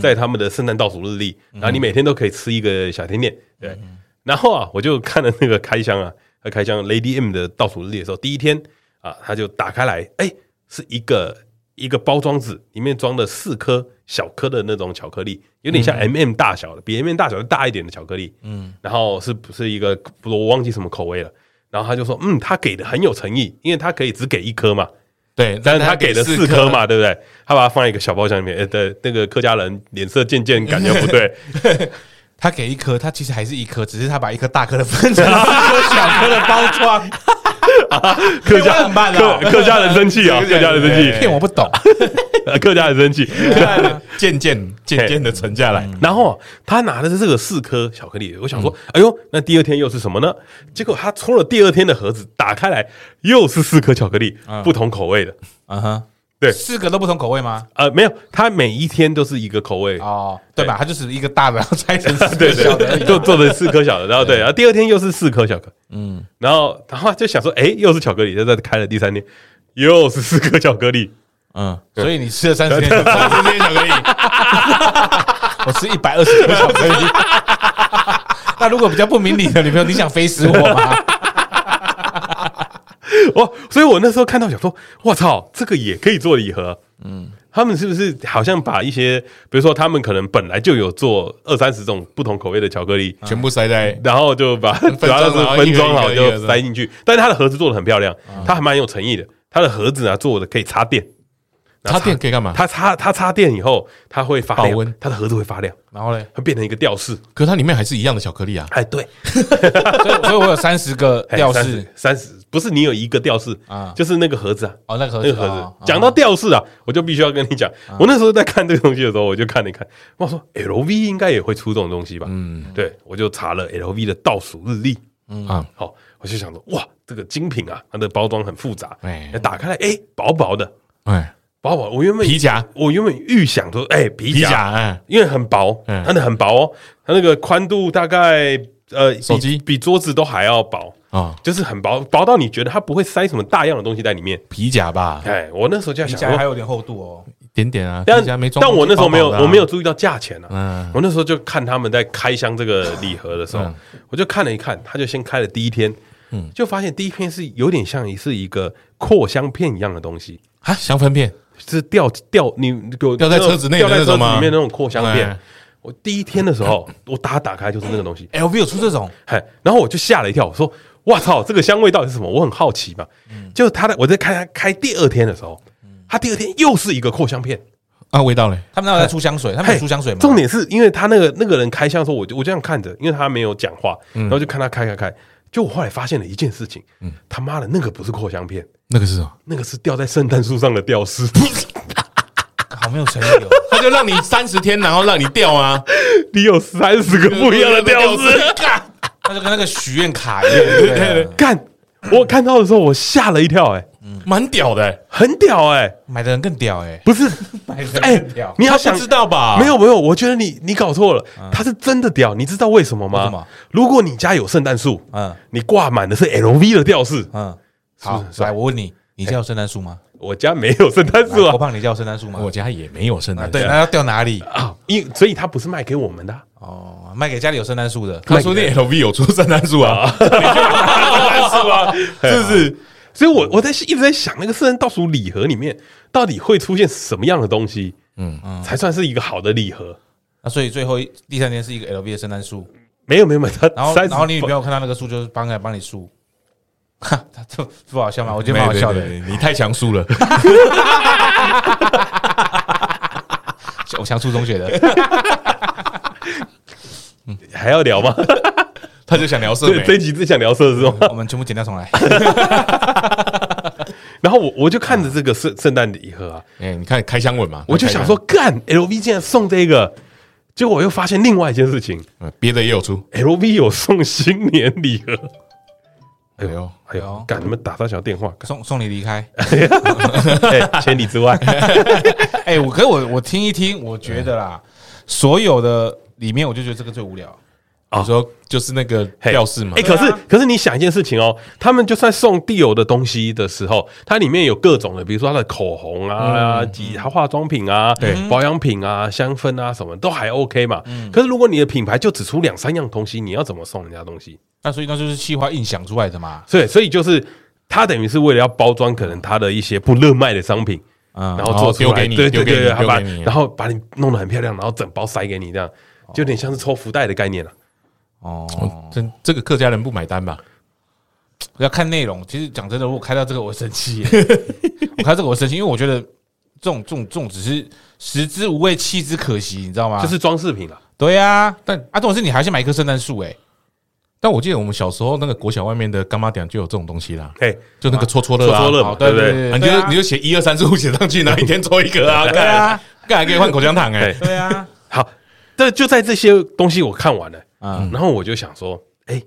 Speaker 2: 在他们的圣诞倒数日历，然后你每天都可以吃一个小甜点，对。然后啊，我就看了那个开箱啊，他开箱 Lady M 的倒数日历的时候，第一天啊，他就打开来，哎、是一个一个包装纸，里面装了四颗小颗的那种巧克力，有点像 M、m 大小的，比 M、m 大小的大一点的巧克力。嗯，然后是不是一个我忘记什么口味了？然后他就说，嗯，他给的很有诚意，因为他可以只给一颗嘛，
Speaker 1: 对，
Speaker 2: 但是他给了四颗
Speaker 1: 嘛。
Speaker 2: 嘛，对不对？他把它放在一个小包厢里面，呃，对，那个客家人脸色渐渐感觉不 对，
Speaker 3: 他给一颗，他其实还是一颗，只是他把一颗大颗的 分成四颗小颗的包装，
Speaker 2: 客
Speaker 3: 这
Speaker 2: 家
Speaker 3: 个很慢啊
Speaker 2: 客客家人生气 啊，客家人生气，
Speaker 3: 骗我不懂，
Speaker 2: 客家人生 气。
Speaker 1: 啊渐渐渐渐的沉下来，
Speaker 2: 然后他拿的是这个四颗巧克力，我想说，
Speaker 3: 嗯
Speaker 2: 哎呦，那第二天又是什么呢？结果他抽了第二天的盒子，打开来又是四颗巧克力，不同口味的。
Speaker 3: 嗯哼，
Speaker 2: 对
Speaker 3: 四个都不同口味吗？
Speaker 2: 呃，没有，他每一天都是一个口味，
Speaker 3: 哦，对吧？它就是一个大的，然后拆成 四
Speaker 2: 对
Speaker 3: 个小的而
Speaker 2: 对，
Speaker 3: 已。
Speaker 2: 就做的四颗小的，然后对，然后第二天又是四颗巧克力，嗯，然后然后就想说，哎，又是巧克力，就在开了第三天，又是四颗巧克力，
Speaker 3: 嗯，所以你吃了三十天，三十天巧 克力，
Speaker 2: 啊
Speaker 3: 我吃一百二十天巧克力。 那如果比较不明理的女朋友，你想飞死我吗？
Speaker 2: 哦，所以我那时候看到想说，我操，这个也可以做礼盒，嗯，他们是不是好像把一些，比如说他们可能本来就有做二三十种不同口味的巧克力，
Speaker 1: 全部塞在
Speaker 2: 然后就 把主
Speaker 1: 嗯装
Speaker 2: 要
Speaker 1: 然
Speaker 2: 是
Speaker 1: 后
Speaker 2: 分装好
Speaker 1: 一个一啊个
Speaker 2: 就塞进去，但是它的盒子做的很漂亮，它还蛮有诚意的，它的盒子啊做的可以插电，
Speaker 1: 插电可以干嘛？
Speaker 2: 它插它插电以后，它会发
Speaker 1: 啊保温
Speaker 2: 亮，它的盒子会发亮，
Speaker 3: 然后嘞，
Speaker 2: 它变成一个吊饰，
Speaker 1: 可它里面还是一样的巧克力啊，
Speaker 2: 哎，对，哎
Speaker 3: 所以所以我有三十个吊饰
Speaker 2: 三十不是你有一个吊饰
Speaker 3: 啊
Speaker 2: 就是那个盒子啊，
Speaker 3: 哦，那个盒
Speaker 2: 那
Speaker 3: 子
Speaker 2: 个盒
Speaker 3: 哦
Speaker 2: 子。讲到吊饰啊，我就必须要跟你讲，
Speaker 1: 啊
Speaker 2: 我那时候在看这个东西的时候，我就看了一看，我说 LV 应该也会出这种东西吧？嗯，对，我就查了 LV 的倒数日历，
Speaker 1: 啊，
Speaker 2: 好，我就想说，哇，这个精品啊，它的包装很复杂，
Speaker 1: 哎
Speaker 2: 打开来，哎，薄薄的，
Speaker 1: 哎，
Speaker 2: 薄薄，我原本
Speaker 1: 皮夹，
Speaker 2: 我原本预想说，哎，皮
Speaker 1: 皮
Speaker 2: 夹，
Speaker 1: 夹，哎，
Speaker 2: 因为很薄，
Speaker 1: 嗯
Speaker 2: 它的很薄哦，它那个宽度大概呃，比
Speaker 1: 手机
Speaker 2: 比桌子都还要薄。
Speaker 1: 啊，
Speaker 2: 就是很薄，薄到你觉得它不会塞什么大样的东西在里面。
Speaker 1: 皮夹吧，
Speaker 2: 哎，我那时候就在
Speaker 3: 皮
Speaker 2: 想
Speaker 3: 夹还
Speaker 2: 说，
Speaker 3: 有点厚度哦，
Speaker 1: 一点点啊，
Speaker 2: 但
Speaker 1: 皮夹没装，
Speaker 2: 但我那时候没有，
Speaker 1: 薄薄的啊
Speaker 2: 我没有，注意到价钱啊。
Speaker 1: 嗯，
Speaker 2: 我那时候就看他们在开箱这个礼盒的时候
Speaker 1: 嗯，
Speaker 2: 我就看了一看，他就先开了第一天，就发现第一天是有点像是一个扩香片一样的东西，
Speaker 1: 啊，香氛片，
Speaker 2: 是吊吊你有
Speaker 1: 吊在车子内的
Speaker 2: 吊在
Speaker 1: 那
Speaker 2: 车
Speaker 1: 种
Speaker 2: 子
Speaker 1: 吗
Speaker 2: 里面那种扩香片
Speaker 1: 哎。
Speaker 2: 我第一天的时候，我打打开就是那个东西，
Speaker 3: LV 哎有出这种，
Speaker 2: 嗨，然后我就吓了一跳，我说：“哇操，这个香味到底是什么？”我很好奇嘛。
Speaker 1: 嗯
Speaker 2: 就他在我在开开第二天的时候，他第二天又是一个扩香片，
Speaker 1: 啊，味道嘞，
Speaker 3: 他们那有在出香水，他们
Speaker 2: 嘿
Speaker 3: 有出香水吗？
Speaker 2: 重点是因为他那个那个人开箱的时候，我就我这样看着，因为他没有讲话，
Speaker 3: 嗯
Speaker 2: 然后就看他开开开。就我后来发现了一件事情，他妈的那个不是扩香片，
Speaker 1: 那个是什么？
Speaker 2: 那个是吊在圣诞树上的吊饰。
Speaker 3: 好没有诚意哦。
Speaker 1: 他就让你三十天，然后让你掉啊，
Speaker 2: 你有三十个 不 一样的吊饰，
Speaker 1: 干
Speaker 3: 那就跟那个许愿卡一样，对不对
Speaker 2: 干！我看到的时候我吓了一跳，哎，
Speaker 1: 蛮屌的欸，
Speaker 2: 很屌哎、
Speaker 3: 买的人更屌哎，
Speaker 2: 不是
Speaker 3: 买的
Speaker 2: 哎、
Speaker 3: 人更屌。
Speaker 2: 你要
Speaker 1: 他
Speaker 2: 想
Speaker 1: 不知道吧？
Speaker 2: 没有没有，我觉得你你搞错了，它是真的屌，你知道为什么
Speaker 3: 嗯为
Speaker 2: 吗？
Speaker 3: 什么
Speaker 2: 如果你家有圣诞树，
Speaker 3: 嗯
Speaker 2: 你挂满的是 LV 的吊饰，
Speaker 3: 嗯，
Speaker 2: 是
Speaker 3: 好
Speaker 2: 不，是
Speaker 3: 来我问你，你家有圣诞树吗？
Speaker 2: 我家没有圣诞树
Speaker 3: 郭
Speaker 2: 啊，
Speaker 3: 胖，你家有圣诞树吗？
Speaker 1: 我家也没有圣
Speaker 3: 啊，
Speaker 1: 诞，
Speaker 3: 对，，那要掉哪里？
Speaker 2: 啊，因所以它不是卖给我们的啊、
Speaker 3: 哦，卖给家里有圣诞树的。
Speaker 1: 他说那 LV 有出圣诞树啊，圣诞树啊， 是不是？
Speaker 2: 所以我我在一直在想，那个圣诞倒数礼盒里面到底会出现什么样的东西，
Speaker 1: 嗯嗯，
Speaker 2: 才算是一个好的礼盒？
Speaker 3: 那所以最后一第三天是一个 LV 的圣诞树，
Speaker 2: 没有没有，没有它
Speaker 3: 然后
Speaker 2: 30
Speaker 3: 然后你女朋友看到那个树，就是帮来帮你树， 哈，他这不好笑吗？我觉得蛮好笑
Speaker 1: 没
Speaker 3: 的。
Speaker 1: 有，没有没有你太强输了。
Speaker 3: 我强初中学的，
Speaker 2: 还要聊吗？
Speaker 1: 他就想聊色
Speaker 2: 对，
Speaker 1: 美
Speaker 2: 这，一集只想聊色是吗？
Speaker 3: 我们全部剪掉重来。
Speaker 2: 然后我我就看着这个圣圣诞礼盒啊，
Speaker 1: 哎，你看开箱文嘛，
Speaker 2: 我就想说，干 LV 竟然送这个，结果我又发现另外一件事情
Speaker 1: 嗯别的也有出。
Speaker 2: ，LV 有送新年礼盒，
Speaker 1: 哎呦，
Speaker 2: 哎呦
Speaker 3: 有，
Speaker 2: 干你们打他小电话，
Speaker 3: 送送你离开。
Speaker 2: 干哎千里之外，
Speaker 3: 哎，我可是我我听一听，我觉得啦，所有的里面我就觉得这个最无聊。
Speaker 1: 你说就是那个
Speaker 2: 嘿
Speaker 1: 吊饰嘛
Speaker 2: 哎，，
Speaker 3: 对
Speaker 2: 可
Speaker 3: 啊
Speaker 2: 是可是你想一件事情哦，他们就算送地友的东西的时候，它里面有各种的，比如说它的口红
Speaker 1: 嗯
Speaker 2: 啊、几化妆品啊、
Speaker 1: 对嗯
Speaker 2: 保养品啊、香氛啊什么都还 OK 嘛。可是如果你的品牌就只出两三样东西，你要怎么送人家东西？
Speaker 3: 那所以那就是气化硬想出来的嘛。
Speaker 2: 所以所以就是他等于是为了要包装可能他的一些不热卖的商品，
Speaker 3: 嗯
Speaker 2: 然后做出
Speaker 1: 啊哦丢
Speaker 2: 来，
Speaker 1: 给你
Speaker 2: 对
Speaker 1: 丢
Speaker 2: 对
Speaker 1: 给
Speaker 2: 对，
Speaker 1: 你
Speaker 2: 他把
Speaker 1: 丢给你
Speaker 2: 然后把你弄得很漂亮，然后整包塞给你，这样就有点像是抽福袋的概念了。
Speaker 3: 哦，
Speaker 1: 真这个客家人不买单吧？
Speaker 3: 要看内容。其实讲真的，如果开到这个，我会 生气耶。我开到这个，我会生气，因为我觉得这种这种这种只是食之无味，弃之可惜，你知道
Speaker 1: 哦
Speaker 3: 吗？
Speaker 2: 就是装饰品了。
Speaker 3: 对呀，但啊，这种事你还去买一棵圣诞树，哎，
Speaker 1: 但我记得我们小时候那个国小外面的干妈店就有这种东西啦，
Speaker 2: 嘿，
Speaker 1: 就那个戳戳乐啊，
Speaker 2: 戳戳乐嘛
Speaker 3: 好，对
Speaker 2: 对不
Speaker 3: 对
Speaker 2: 对
Speaker 3: 对，
Speaker 1: 啊你
Speaker 3: 对啊
Speaker 1: 就你就写一二三四五写上 去，然后一天抽一个啊，
Speaker 3: 对
Speaker 1: 干
Speaker 3: 啊，
Speaker 1: 干还可以换口香糖哎
Speaker 2: 对，
Speaker 3: 对啊，
Speaker 2: 好，这就在这些东西我看完了，
Speaker 3: 嗯，
Speaker 2: 然后我就想说，哎，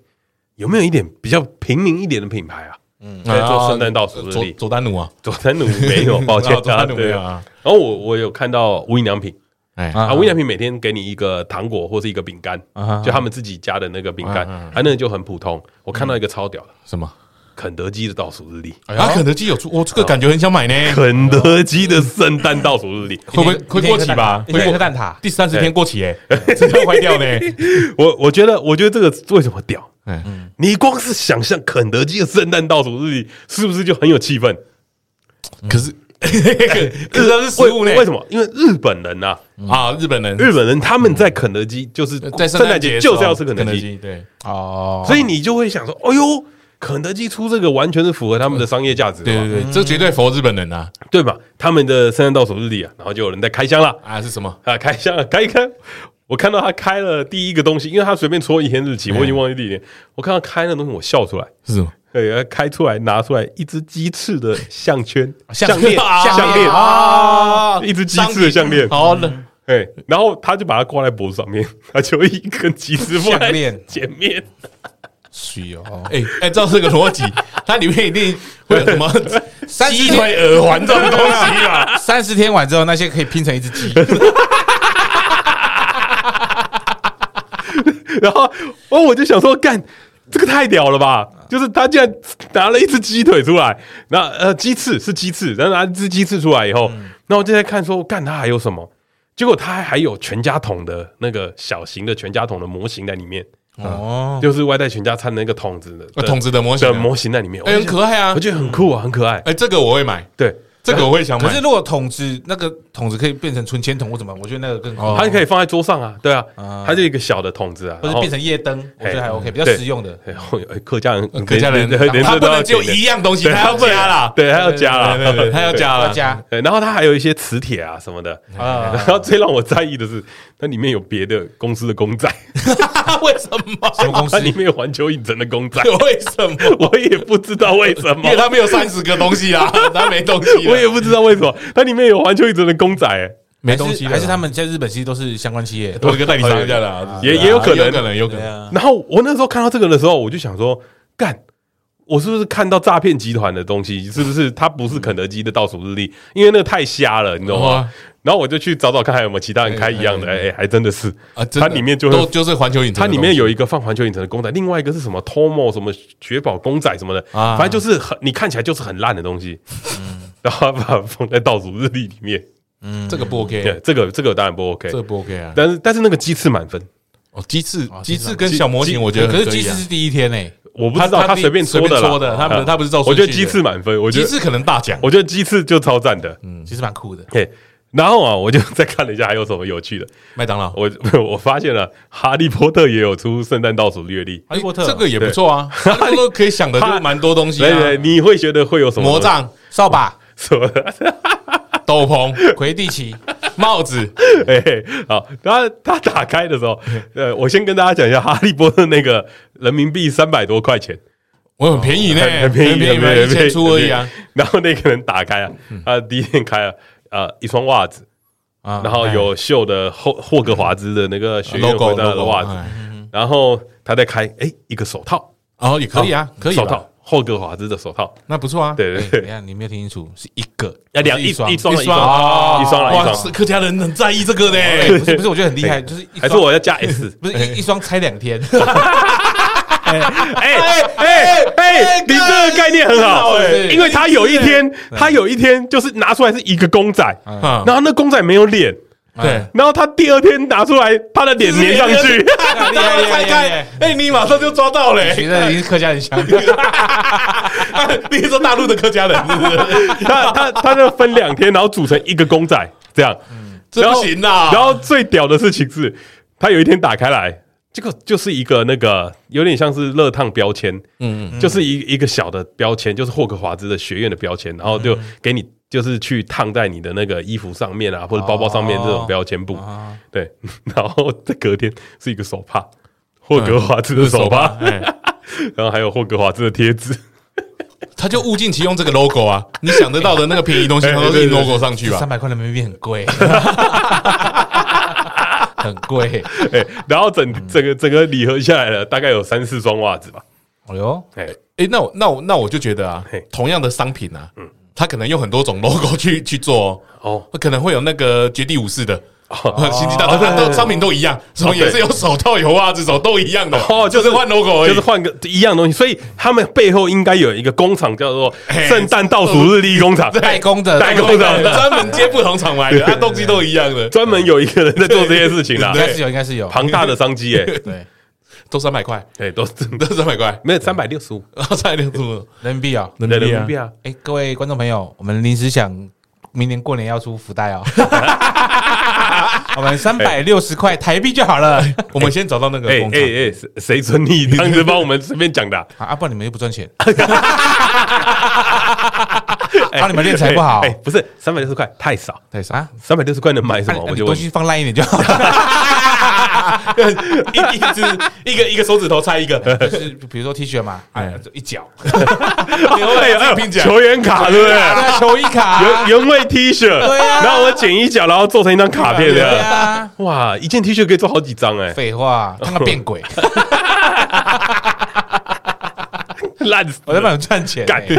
Speaker 2: 有没有一点比较平民一点的品牌啊？
Speaker 1: 嗯
Speaker 2: 在做圣诞倒数日
Speaker 1: 左
Speaker 2: 历
Speaker 1: 左丹奴啊，
Speaker 2: 佐丹奴没 有，抱歉
Speaker 1: 哦，佐丹奴没有
Speaker 2: 啊
Speaker 1: 啊。
Speaker 2: 然后我我有看到无印良品
Speaker 1: 哎
Speaker 3: 啊
Speaker 2: 啊，无印良品每天给你一个糖果或是一个饼干，
Speaker 3: 啊
Speaker 2: 就他们自己家的那个饼干，
Speaker 1: 嗯嗯嗯
Speaker 2: 啊，那个就很普通。我看到一个超屌的，
Speaker 1: 什么？
Speaker 2: 肯德基的倒数日历，
Speaker 3: 哎呦
Speaker 1: 啊，肯德基有出，我这
Speaker 2: 哦
Speaker 1: 个感觉很想买呢，
Speaker 2: 肯德基的圣诞倒数日历，
Speaker 1: 会不会会过期吧？
Speaker 3: 会
Speaker 1: 会
Speaker 3: 一
Speaker 1: 过
Speaker 3: 颗蛋挞，
Speaker 1: 第三十天过期哎，这要坏 掉呢。
Speaker 2: 我我觉得，我觉得这个为什么屌？
Speaker 1: 哎，
Speaker 2: 你光是想象肯德基的圣诞倒数日历，是不是就很有气氛？
Speaker 1: 嗯可是可是它是食物呢
Speaker 2: 为为什么？因为日本人呐、啊，
Speaker 1: 啊？日本人
Speaker 2: 日本人他们在肯德基就是
Speaker 1: 嗯在
Speaker 2: 圣诞节
Speaker 1: 节
Speaker 2: 就是要吃肯
Speaker 1: 肯
Speaker 2: 德基，
Speaker 1: 基，对
Speaker 3: 哦，
Speaker 2: 所以你就会想说，哎呦，肯德基出这个完全是符合他们的商业价值的
Speaker 1: 对
Speaker 2: 嘛，
Speaker 1: 对对，这绝对佛日本人啊
Speaker 2: 对吧？他们的圣诞倒数日历啊，然后就有人在开箱了。
Speaker 1: 啊是什么？
Speaker 2: 啊，开箱了，开一开。我看到他开了第一个东西，因为他随便戳一天日期，
Speaker 1: 哎
Speaker 2: 我已经忘记地点。我看到开那东西，我笑出来。
Speaker 1: 是什么？
Speaker 2: 对，他开出来拿出来一只鸡翅的 项圈、
Speaker 3: 项
Speaker 2: 链、
Speaker 3: 啊
Speaker 2: 项链，
Speaker 1: 啊
Speaker 2: 一只鸡翅的项链
Speaker 1: 好冷，
Speaker 2: 哎，然后他就把它挂在脖子上面，他就一根鸡翅放在
Speaker 3: 项链
Speaker 2: 前 面。
Speaker 3: 需哦，
Speaker 1: 哎哎，照这个逻辑，它里面一定会有什么
Speaker 3: 三十
Speaker 1: 鸡腿、耳环这种东西吧？
Speaker 3: 三十天完之后，那些可以拼成一只鸡，
Speaker 2: 然后哦，我就想说，干这个太屌了吧！就是他竟然拿了一只鸡腿出来，那呃鸡翅是鸡翅，然后拿一只鸡翅出来以后，
Speaker 1: 嗯
Speaker 2: 那、我就在看说，干他还有什么？结果他还有全家桶的那个小型的全家桶的模型在里面，啊
Speaker 3: 哦，
Speaker 2: 就是外带全家餐的那个桶子的
Speaker 1: 呃筒子的模型啊
Speaker 2: 的模型在里面，
Speaker 1: 哎，很可爱啊
Speaker 2: 我！觉得很酷啊，很可爱。
Speaker 1: 哎，这个我会买，
Speaker 2: 对，
Speaker 1: 这个我会想买。
Speaker 3: 可是如果桶子那个桶子可以变成存钱筒或怎么，我觉得那个更
Speaker 1: 哦
Speaker 3: 酷，
Speaker 2: 它可以放在桌上啊，对啊
Speaker 3: 啊，
Speaker 2: 它就一个小的桶子啊，
Speaker 3: 或
Speaker 2: 然
Speaker 3: 者
Speaker 2: 后
Speaker 3: 变成夜灯，我觉得还 OK，比较
Speaker 2: 对
Speaker 3: 实用的。
Speaker 2: 然后哎客家人
Speaker 1: 呃客家人
Speaker 2: 连连连
Speaker 1: 他
Speaker 2: 这
Speaker 1: 不
Speaker 2: 都要
Speaker 1: 能只有
Speaker 2: 剪的
Speaker 1: 一样东西，
Speaker 2: 对
Speaker 1: 他要加啦，
Speaker 2: 对，他要加啦，
Speaker 1: 对对对，他要加
Speaker 3: 要
Speaker 1: 啦，
Speaker 3: 加
Speaker 2: 对，然后它还有一些磁铁啊什么的。 然
Speaker 3: 啊，
Speaker 2: 后最让我在意的是，它里面有别的公司的公仔，
Speaker 1: 为什么？
Speaker 3: 什么公
Speaker 2: 它
Speaker 3: 司？
Speaker 2: 里面有环球影城的公仔，
Speaker 1: 为什么？
Speaker 2: 我也不知道为 什么
Speaker 1: 因为，他没有三十个东西啊，他没东西啦，
Speaker 2: 我也不知道为什么，它里面有环球影城的公仔、欸，
Speaker 1: 没
Speaker 3: 还
Speaker 1: 东
Speaker 3: 是
Speaker 1: 西了，
Speaker 3: 还是他们在日本其实都是相关企业。
Speaker 1: 我这个带你商一下的啊，
Speaker 2: 也
Speaker 1: 对啊
Speaker 2: 也有可能
Speaker 1: 有可能，有可
Speaker 3: 对
Speaker 1: 能。
Speaker 3: 啊，
Speaker 2: 然后我那时候看到这个的时候，我就想说，干，我是不是看到诈骗集团的东西？是不是它不是肯德基的倒数日历？因为那个太瞎了，你懂吗
Speaker 1: 哇？
Speaker 2: 然后我就去找找看还有没有其他人开一样的，哎，还真的是
Speaker 1: 啊，真
Speaker 2: 它
Speaker 1: 的
Speaker 2: 里面就
Speaker 1: 都
Speaker 2: 会。
Speaker 1: 就是环球影城
Speaker 2: 它
Speaker 1: 的东西，
Speaker 2: 里面有一个放环球影城的公仔，另外一个是什么 Tomo 什么雪宝公仔什么的，
Speaker 1: 啊嗯
Speaker 2: 反正就是很你看起来就是很烂的东西， 然后把它放在倒数日历里面，
Speaker 1: 这个不 OK，
Speaker 2: 对，这个这个当然不 OK，
Speaker 1: 哎这个不 OK 啊。
Speaker 2: 但是但是那个鸡翅满分，
Speaker 1: 哦，鸡翅，鸡
Speaker 3: 鸡翅
Speaker 1: 翅跟小模型，我觉得
Speaker 3: 可
Speaker 1: 很
Speaker 3: 是鸡
Speaker 1: 以
Speaker 3: 翅
Speaker 1: 啊
Speaker 3: 是第一天欸诶，
Speaker 2: 我不知道
Speaker 1: 他
Speaker 2: 他
Speaker 1: 他
Speaker 2: 随便
Speaker 1: 随
Speaker 2: 戳
Speaker 1: 便
Speaker 2: 的啦，
Speaker 1: 戳的他不
Speaker 2: 啊
Speaker 1: 他不是照顺
Speaker 2: 我觉得
Speaker 1: 序
Speaker 2: 鸡
Speaker 1: 的
Speaker 2: 翅满分，我觉
Speaker 1: 鸡嗯
Speaker 2: 得
Speaker 1: 翅可能大奖，
Speaker 2: 我觉得鸡翅就超赞的，
Speaker 3: 其实蛮酷的。
Speaker 2: 嘿，然后啊，我就再看了一下还有什么有趣的，
Speaker 1: 麦当劳、
Speaker 2: 我 我发现了《哈利波特》也有出圣诞倒数月历。
Speaker 1: 哈
Speaker 3: 利波特
Speaker 1: 这个也不错啊，哈利波特可以想的就蛮多东西
Speaker 2: 对对，
Speaker 1: 啊，
Speaker 2: 你会觉得会有什么
Speaker 1: 魔杖、扫把、
Speaker 2: 什么的？
Speaker 1: 斗篷、魁地奇、帽子，
Speaker 2: 哎、好，他他打开的时候，呃，我先跟大家讲一下，哈利波特那个人民币三百多块钱，
Speaker 1: 我很便宜呢，
Speaker 2: 很便宜，
Speaker 1: 很便宜，一千出而已啊嗯
Speaker 2: 很。便宜。然后那个人打开啊，他第一天开啊，呃，一双袜子，
Speaker 1: 啊
Speaker 2: 然后有绣的霍霍格华兹的那个学院
Speaker 1: logo
Speaker 2: 回答的
Speaker 1: logo，
Speaker 2: 袜子
Speaker 1: 哎，
Speaker 2: 然后他再开，哎，一个手套，
Speaker 1: 哎 哦也可以啊，可以啦
Speaker 2: 手套，霍格华兹的手套，
Speaker 1: 那不错啊。
Speaker 2: 对对
Speaker 1: 哎
Speaker 2: 对
Speaker 1: 等一下你没有听清楚，是一个
Speaker 2: 啊两
Speaker 1: 不是
Speaker 2: 一
Speaker 1: 双
Speaker 2: 一
Speaker 1: 一
Speaker 2: 双了一
Speaker 1: 双
Speaker 2: 双
Speaker 1: 啊
Speaker 2: 一双了一
Speaker 1: 哇
Speaker 2: 双
Speaker 1: 是客家人很在意这个
Speaker 3: 哦哎
Speaker 1: 呢，
Speaker 3: 不是不是，我觉得很厉害，
Speaker 1: 哎
Speaker 3: 就是一
Speaker 2: 还是
Speaker 3: 双
Speaker 2: 我要加 S？
Speaker 3: 不是一一双拆两天，
Speaker 2: 哎哎哎，你这个概念很好哎，因为他有一天，他有一天就是嗯拿出来是一个公仔，
Speaker 1: 啊
Speaker 2: 然后那公仔没有脸，
Speaker 3: 哎
Speaker 1: 对。
Speaker 2: 然后他第二天拿出来，他的脸粘上去。
Speaker 3: 厉害厉害厉害！
Speaker 1: 哎，你马上就抓到嘞！
Speaker 3: 觉得你是客家人想的，
Speaker 1: 你是说大陆的客家人是不是？
Speaker 2: 他他他就分两天，然后组成一个公仔这样，
Speaker 1: 这
Speaker 2: 然
Speaker 1: 不
Speaker 2: 后
Speaker 1: 行啦！
Speaker 2: 然后最屌的事情是，他有一天打开来，这个就是一个那个有点像是热烫标签，嗯，就是一一个小的标签，就是霍格华兹的学院的标签，然后就给你就是去烫在你的那个衣服上面啊，或者包包上面这种标签布，对， 然后在隔天是一个手帕，霍格华兹的手帕，哎 然后还有霍格华兹的贴纸。
Speaker 1: 他就物尽其用这个 logo 啊，你想得到的那个便宜东西，他都
Speaker 2: 对
Speaker 1: 印
Speaker 2: 对对
Speaker 1: logo 上去吧
Speaker 3: 三。百块人民币很 贵，很贵。
Speaker 2: 哎，然后整整个整个礼盒下来了，大概有三四双袜子吧。
Speaker 3: 哎呦，
Speaker 2: 哎，
Speaker 1: 哎、那我那我那我就觉得啊
Speaker 2: 嘿，
Speaker 1: 同样的商品啊，嗯，它可能用很多种 logo 去去做哦
Speaker 2: 哦，
Speaker 1: 可能会有那个绝地武士的。
Speaker 2: 哦
Speaker 1: 星际大战，它都商品都一样，什么也是有手套、有袜子、手都一样的，
Speaker 2: 哦
Speaker 1: 就
Speaker 2: 就是
Speaker 1: 是换 logo 而已。
Speaker 2: 就是换个一样东西，所以他们背后应该有一个工厂叫做
Speaker 1: 哎
Speaker 2: 圣诞倒数日历工厂，哎
Speaker 3: 代工的
Speaker 2: 代工
Speaker 1: 对对对
Speaker 2: 的，
Speaker 1: 专门接不同厂牌的，它东西都一样的，
Speaker 2: 专门有一个人在做这些事情
Speaker 1: 哎
Speaker 2: 啦哎
Speaker 3: 应，该是有，应该是有。
Speaker 2: 庞大的商机哎，
Speaker 3: 对，
Speaker 1: 都三百块，
Speaker 2: 哎，都是，
Speaker 1: 都三百块
Speaker 2: 没有三百六十五
Speaker 1: 然后差一点什么？
Speaker 3: 人民币啊。
Speaker 2: 人民币啊，
Speaker 3: 哎，各位观众朋友，我们临时想，明年过年要出福 袋哦。我们三百六十块台币就好了。
Speaker 1: 我们先找到那个
Speaker 2: 哎
Speaker 1: 工厂
Speaker 2: 哎哎，谁谁准你这样子帮我们随便讲 的啊？
Speaker 3: 啊，啊不然你们又不赚钱，
Speaker 2: 哎
Speaker 3: 帮啊你们练财不好
Speaker 2: 哎，哎不是三百六十块太少，
Speaker 3: 对啥？
Speaker 2: 三百六十块能买什
Speaker 3: 那
Speaker 2: 么？
Speaker 3: 那
Speaker 2: 我
Speaker 3: 哎你
Speaker 2: 就
Speaker 3: 东
Speaker 2: 问
Speaker 3: 西放烂一点就好 了。
Speaker 1: 一一只一个一个手指头拆一个，
Speaker 3: 就是比如说 T 恤嘛，哎，就一角，
Speaker 2: 哎呦哎呦球员卡对不对？
Speaker 3: 对球衣卡，
Speaker 2: 原原味 T 恤，
Speaker 3: 啊
Speaker 2: 然后我剪一角，然后做成一张卡片
Speaker 3: 对
Speaker 2: 的。
Speaker 3: 啊，
Speaker 2: 哇，一件 T 恤可以做好几张哎、
Speaker 3: 废话，让他变鬼，
Speaker 2: 烂死了！
Speaker 3: 我在帮你们赚钱
Speaker 2: 干
Speaker 3: 欸。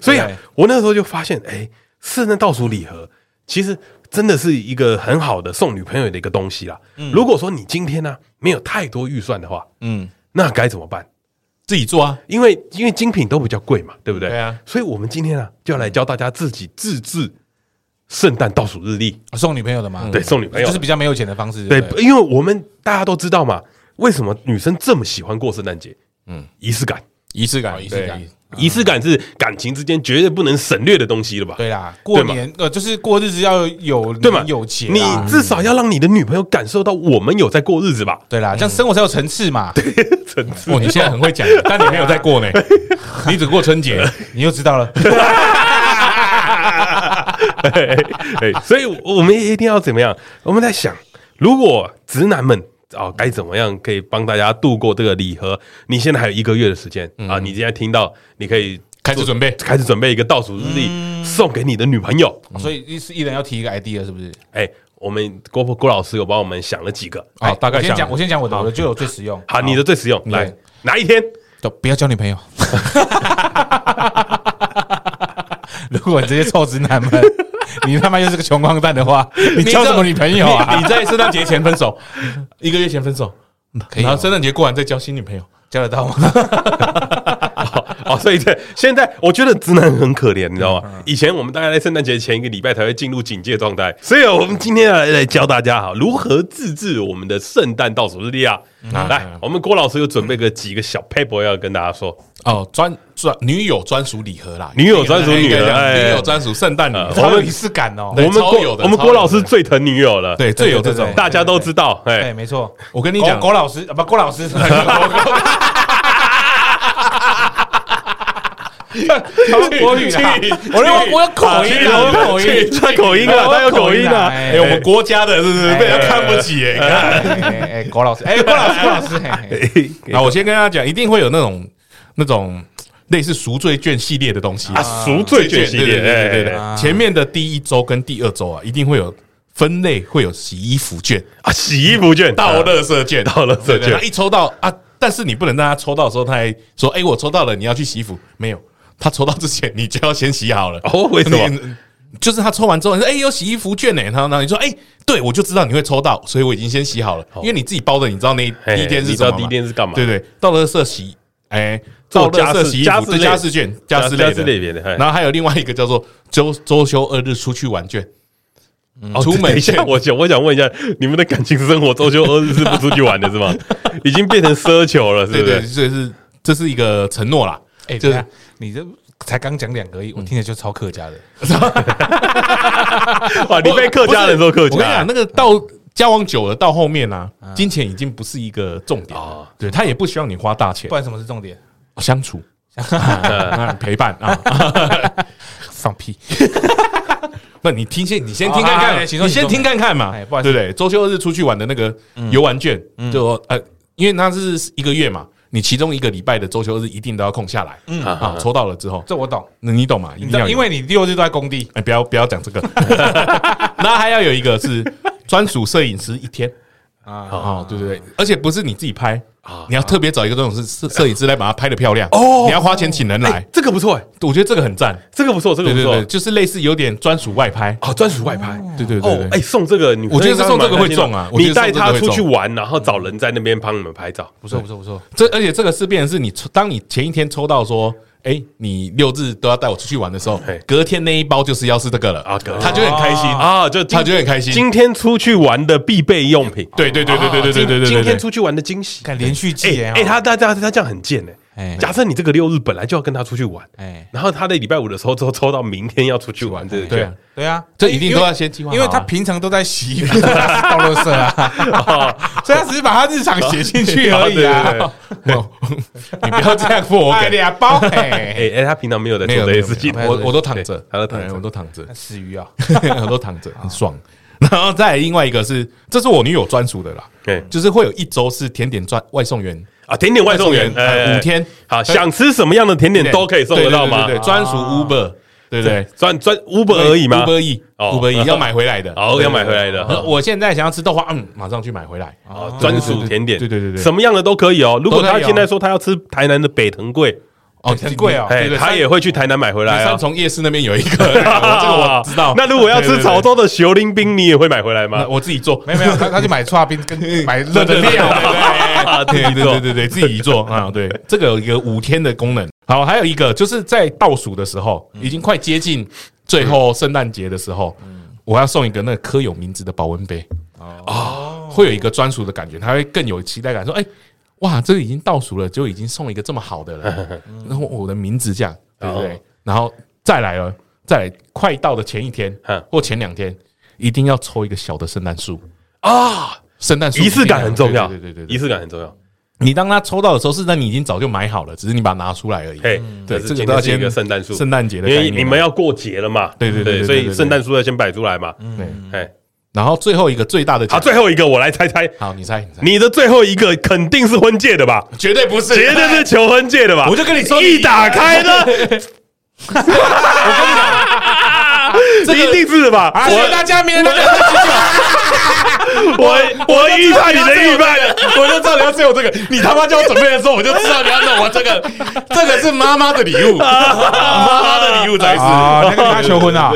Speaker 2: 所以啊
Speaker 3: 对，
Speaker 2: 我那时候就发现，哎、圣诞倒数礼盒其实真的是一个很好的送女朋友的一个东西啦。如果说你今天呢、没有太多预算的话，
Speaker 3: 嗯，
Speaker 2: 那该怎么办？
Speaker 1: 自己做啊，
Speaker 2: 因为因为精品都比较贵嘛，对不对？
Speaker 1: 对啊。
Speaker 2: 所以我们今天啊，就要来教大家自己自制圣诞倒数日历，
Speaker 3: 送女朋友的嘛，
Speaker 2: 嗯对，送女朋友
Speaker 3: 嗯就是比较没有钱的方式。
Speaker 2: 对
Speaker 3: 不，
Speaker 2: 因为我们大家都知道嘛，为什么女生这么喜欢过圣诞节？嗯，仪式感，
Speaker 1: 仪式感，
Speaker 3: 仪式感
Speaker 1: 对
Speaker 2: 仪式感是感情之间绝对不能省略的东西了吧？
Speaker 3: 对啦，过
Speaker 2: 嘛
Speaker 3: 年呃，就是过日子要有
Speaker 2: 对嘛
Speaker 3: 年，有钱啊
Speaker 2: 你
Speaker 3: 啦，
Speaker 2: 至少要让你的女朋友感受到我们有在过日子吧？
Speaker 3: 对啦，这样生活才有层次嘛。
Speaker 2: 层次
Speaker 1: 哦，你现在很会讲，但你没有在过呢，你只过春节。
Speaker 3: 你又知 道了，
Speaker 2: 哎哎所以我们也一定要怎么样？我们在想，如果直男们啊、哦，该怎么样可以帮大家度过这个礼盒？你现在还有一个月的时间啊，你现在听到，你可以
Speaker 1: 开始准备
Speaker 2: 开始准备一个倒数日历、送给你的女朋友。
Speaker 3: 所以一是一人要提一个 idea，是不是？
Speaker 2: 哎，我们郭郭老师有帮我们想了几个
Speaker 1: 好
Speaker 3: 哎
Speaker 1: 大概
Speaker 3: 我先
Speaker 1: 想
Speaker 3: 讲，我先讲我的，我的就有最实用。
Speaker 2: 好，你的最实用，来
Speaker 3: 对
Speaker 2: 哪一天？
Speaker 3: 就不要交女朋友。如果你这些臭直男们， 你他妈又是个穷光蛋的 话，你交什么女朋 友
Speaker 1: 你
Speaker 3: 啊？
Speaker 1: 你在圣诞节前分 手，一个月前分手，
Speaker 3: 可
Speaker 1: 然
Speaker 3: 以哦吗
Speaker 1: 后圣诞节过完再交新女朋友，
Speaker 3: 交得到吗？
Speaker 2: 哦，所以这现在我觉得直男很可怜，你知道吗？以前我们大概在圣诞节前一个礼拜才会进入警戒状态，所以我们今天来来教大家哈，如何自制我们的圣诞倒数日历啊！来，我们郭老师有准备个几个小 paper 要跟大家说，
Speaker 1: 哦，专专女友专属礼盒啦，
Speaker 2: 女友专属
Speaker 1: 应该
Speaker 2: 礼盒
Speaker 1: 讲
Speaker 2: 哎
Speaker 1: 女友专属圣诞礼
Speaker 2: 呃
Speaker 1: 盒，
Speaker 3: 好有仪式感哦
Speaker 2: 我。们
Speaker 1: 超有
Speaker 2: 郭
Speaker 1: 的
Speaker 2: 我们
Speaker 1: 超有
Speaker 2: 郭老师
Speaker 1: 的
Speaker 2: 最疼女友了，
Speaker 1: 对，最有这种
Speaker 3: 对。
Speaker 2: 大家都知道，
Speaker 3: 对，
Speaker 2: 哎，
Speaker 3: 没错。
Speaker 1: 我跟你
Speaker 3: 狗
Speaker 1: 讲，
Speaker 3: 狗老师啊，不，郭老师， 国语啊
Speaker 2: 去，
Speaker 3: 我我我有口音啊，我有口
Speaker 2: 去
Speaker 3: 音，
Speaker 2: 他口音啊，
Speaker 3: 我
Speaker 2: 他有
Speaker 3: 有
Speaker 2: 口
Speaker 3: 口
Speaker 2: 音
Speaker 3: 音
Speaker 2: 啊
Speaker 3: 啊，
Speaker 1: 哎，我们国家的是不是
Speaker 3: 哎
Speaker 1: 被人看不起？哎，看
Speaker 3: 哎哎，哎郭老师，哎，郭老师，郭老师，嘿嘿
Speaker 1: 啊，我先跟大家讲，一定会有那种那种类似赎罪券系列的东西
Speaker 2: 啊，赎罪券系列，
Speaker 1: 对对对对
Speaker 2: 哎
Speaker 1: 对，前面的第一周跟第二周啊，一定会有分类，会有洗衣服券、
Speaker 2: 啊，洗衣服券
Speaker 1: 到垃圾 券、
Speaker 2: 到垃圾
Speaker 1: 对对
Speaker 2: 券
Speaker 1: 他一抽到啊，但是你不能让他抽到的时候，他还说：“哎，我抽到了，你要去洗衣服。”没有，他抽到之前你就要先洗好了。
Speaker 2: 哦为什 么
Speaker 1: 你？就是他抽完之后，你说：“哎，有洗衣服券呢。”然后，然后你说：“哎，对我就知道你会抽到，所以我已经先洗好了，因为你自己包的，你知道那一
Speaker 2: 哦嘿
Speaker 1: 第一天
Speaker 2: 你
Speaker 1: 是
Speaker 2: 知
Speaker 1: 什
Speaker 2: 道
Speaker 1: 么吗？
Speaker 2: 第一天是干嘛
Speaker 1: 对对，到垃圾洗，哎，
Speaker 2: 做
Speaker 1: 到
Speaker 2: 家
Speaker 1: 垃圾
Speaker 2: 事
Speaker 1: 洗衣
Speaker 2: 家
Speaker 1: 服
Speaker 2: 事
Speaker 1: 对
Speaker 2: 类
Speaker 1: 家事券、家事类
Speaker 2: 家事类别的嘿
Speaker 1: 然后还有另外一个叫做周周休二日出去玩券，
Speaker 2: 哦
Speaker 1: 出门
Speaker 2: 等一下，
Speaker 1: 前
Speaker 2: 我想我想问一下，你们的感情生活周休二日是不出去玩的 是吗？已经变成奢求了，是
Speaker 1: 对
Speaker 2: 不
Speaker 1: 对，
Speaker 2: 是？
Speaker 1: 这是这是一个承诺啦。
Speaker 3: 哎，
Speaker 1: 就
Speaker 3: 就是是你这才刚讲两个而已，我听着就超客家的。
Speaker 2: 哇，啊你被客家人说客
Speaker 1: 我跟你
Speaker 2: 家
Speaker 1: 讲，那个到交往久了，到后面啊，金钱已经不是一个重点
Speaker 2: 哦
Speaker 1: 了。对他也不需要你花大钱
Speaker 3: 不，然什么是重点？
Speaker 1: 相处、
Speaker 2: 嗯
Speaker 1: 啊陪伴 啊。
Speaker 3: 放 屁！
Speaker 1: 不，你听先，你先听看
Speaker 3: 哦好好
Speaker 1: 看，
Speaker 3: 好请说
Speaker 1: 你先听看看嘛
Speaker 3: 哎，不好
Speaker 1: 对
Speaker 3: 意思嗯
Speaker 1: 不对？周休二日出去玩的那个游玩券，就呃，因为它是一个月嘛，你其中一个礼拜的周休日一定都要空下来，啊，抽到了之后，
Speaker 3: 这我懂，
Speaker 1: 那你懂吗？一
Speaker 3: 嗯你
Speaker 1: 定
Speaker 3: 知
Speaker 1: 要
Speaker 3: 道，
Speaker 1: 有
Speaker 3: 因为你六日都在工地，
Speaker 1: 哎，不要不要讲这个， 那还要有一个是专属摄影师一天啊，哦，对对对，而且不是你自己拍
Speaker 2: 啊
Speaker 1: 你要特别找一个这种是摄摄影师来把它拍的漂亮哦，你要花钱请人来
Speaker 2: 哎，，这个不错哎，
Speaker 1: 我觉得这个很赞，
Speaker 2: 这个不错，这个
Speaker 1: 对
Speaker 2: 不
Speaker 1: 对对，
Speaker 2: 错，
Speaker 1: 就是类似有点专属外拍，
Speaker 2: 哦，专属外拍。
Speaker 1: 对对对
Speaker 2: 哦，哎，
Speaker 1: 对，
Speaker 2: 送这个，你
Speaker 1: 我觉得是送这个会中啊我觉
Speaker 2: 你
Speaker 1: 得送
Speaker 2: 带
Speaker 1: 这个
Speaker 2: 他
Speaker 1: 会中
Speaker 2: 出去玩，然后找人在那边帮你们拍照，
Speaker 3: 不错不错不错。
Speaker 1: 这而且这个是变成是你抽当你前一天抽到说。哎，你六日都要带我出去玩的时候
Speaker 2: 哎，
Speaker 1: 隔天那一包就是要是这个了
Speaker 2: 啊隔
Speaker 1: 他就很开心
Speaker 2: 啊，就今
Speaker 1: 他就很开心
Speaker 2: 今天出去玩的必备用品，啊
Speaker 1: 对对对对对对对对对
Speaker 2: 今
Speaker 1: 对对
Speaker 2: 天，出去玩的惊喜，
Speaker 3: 看连续
Speaker 2: 哎
Speaker 3: 剧耶，
Speaker 1: 啊
Speaker 3: 哦
Speaker 2: 哎，他他他他这样很贱哎
Speaker 3: 哎。
Speaker 2: 假设你这个六日本来就要跟他出去玩，
Speaker 3: 哎，
Speaker 2: 然后他在礼拜五的时候抽抽到明天要出去玩这个
Speaker 1: 对
Speaker 2: 券
Speaker 1: 啊，
Speaker 3: 对啊，
Speaker 1: 这一定都要先计划好啊
Speaker 3: 因为他平常都在洗衣服、倒垃圾啊，所以他只是把他日常写进去而已啊。
Speaker 1: 你不要这样破我
Speaker 3: 哎
Speaker 1: 梗，
Speaker 3: 俩包，
Speaker 2: 哎、
Speaker 3: 哎，，
Speaker 2: 哎、他平常没有在做
Speaker 1: 没有
Speaker 2: 这些
Speaker 1: 没有
Speaker 2: 事情，
Speaker 1: 没有我我都躺着
Speaker 2: 对，他都躺
Speaker 1: 对
Speaker 2: 着
Speaker 1: 我。都躺着
Speaker 3: 死鱼啊，
Speaker 1: 我都躺着，很爽。然后再来另外一个是，这是我女友专属的啦，
Speaker 2: 对
Speaker 1: 就是会有一周是甜点专外送员，
Speaker 2: 哎啊，甜点外送员，哎
Speaker 1: 五天
Speaker 2: 好，想吃什么样的甜点都可以送得到吗？
Speaker 1: 对对对对，专属 Uber，对不对？
Speaker 2: 专专 Uber 而已吗？
Speaker 1: ？Uber E，
Speaker 2: 哦
Speaker 1: Uber E 要买回来的，
Speaker 2: 哦，要买回来
Speaker 1: 呃
Speaker 2: 的，
Speaker 1: 我现在想要吃豆花，嗯，马上去买回来。
Speaker 2: 哦，专属甜点，
Speaker 1: 对对对对对
Speaker 2: 什么样的都可以哦。如果他
Speaker 1: 都可以哦
Speaker 2: 现在说他要吃台南的北藤贵，
Speaker 1: 哦
Speaker 3: 很贵哦
Speaker 2: 哎，他也会去台南买回来
Speaker 1: 三
Speaker 2: 啊。。
Speaker 1: 重夜市那边有一个，这个我知道
Speaker 2: 那如果要
Speaker 1: 对
Speaker 2: 吃
Speaker 1: 对对
Speaker 2: 潮州的熊林冰，你也会买回来
Speaker 1: 那
Speaker 2: 吗？
Speaker 1: 我自己 做，
Speaker 3: 没有没有，他他去买刨冰跟买热
Speaker 1: 真
Speaker 3: 的
Speaker 1: 的料，
Speaker 3: 料，
Speaker 1: 对对对对对对，自己做啊，对，这个有一个五天的功能。好，还有一个就是在倒数的时候，已经快接近最后圣诞节的时候，我要送一个那个刻有名字的保温杯嗯哦，会有一个专属的感觉，他会更有期待感，说哎。哇，这个已经倒数了，就已经送一个这么好的 了，然后我的名字这样，对不对？然后再来了，再来快到的前一天
Speaker 2: 嗯
Speaker 1: 或前两天，一定要抽一个小的圣诞树，
Speaker 2: 啊，
Speaker 1: 圣诞树
Speaker 2: 仪式感很重要，
Speaker 1: 对对对对
Speaker 2: 仪式感很重要。
Speaker 1: 你当他抽到的时候，是那你已经早就买好了，只是你把它拿出来而已。
Speaker 2: 嘿，
Speaker 1: 对，这
Speaker 2: 可是
Speaker 1: 个
Speaker 2: 今
Speaker 1: 都要
Speaker 2: 天是
Speaker 1: 先
Speaker 2: 一个圣诞树，
Speaker 1: 圣诞节的
Speaker 2: 因
Speaker 1: 概
Speaker 2: 为
Speaker 1: 念啊
Speaker 2: 你们要过节了嘛，
Speaker 1: 对对对对
Speaker 2: 所
Speaker 1: 对
Speaker 2: 以
Speaker 1: 对嗯
Speaker 2: 圣诞树要先摆出来嘛。
Speaker 1: 对。
Speaker 2: 哎，
Speaker 1: 然后最后一个最大的
Speaker 2: 好，
Speaker 1: 奖，
Speaker 2: 啊最后一个我来猜猜，
Speaker 1: 好，你猜，你猜，
Speaker 2: 你的最后一个肯定是婚戒的吧？
Speaker 1: 绝对不是，
Speaker 2: 绝对是求婚戒的吧？
Speaker 1: 我就跟你说
Speaker 2: 一打开呢，
Speaker 1: 这个啊
Speaker 2: 一定是的吧？
Speaker 3: 谢谢
Speaker 2: 我
Speaker 3: 大家，明天大家
Speaker 2: 我我预判你的预判，
Speaker 1: 我就知道你要只有这个。你他妈叫我准备的时候，我就知道你要弄我这 个，这个是妈妈的礼物，
Speaker 2: 啊
Speaker 1: 妈妈的礼物才是。
Speaker 3: 啊，那跟他求婚啊，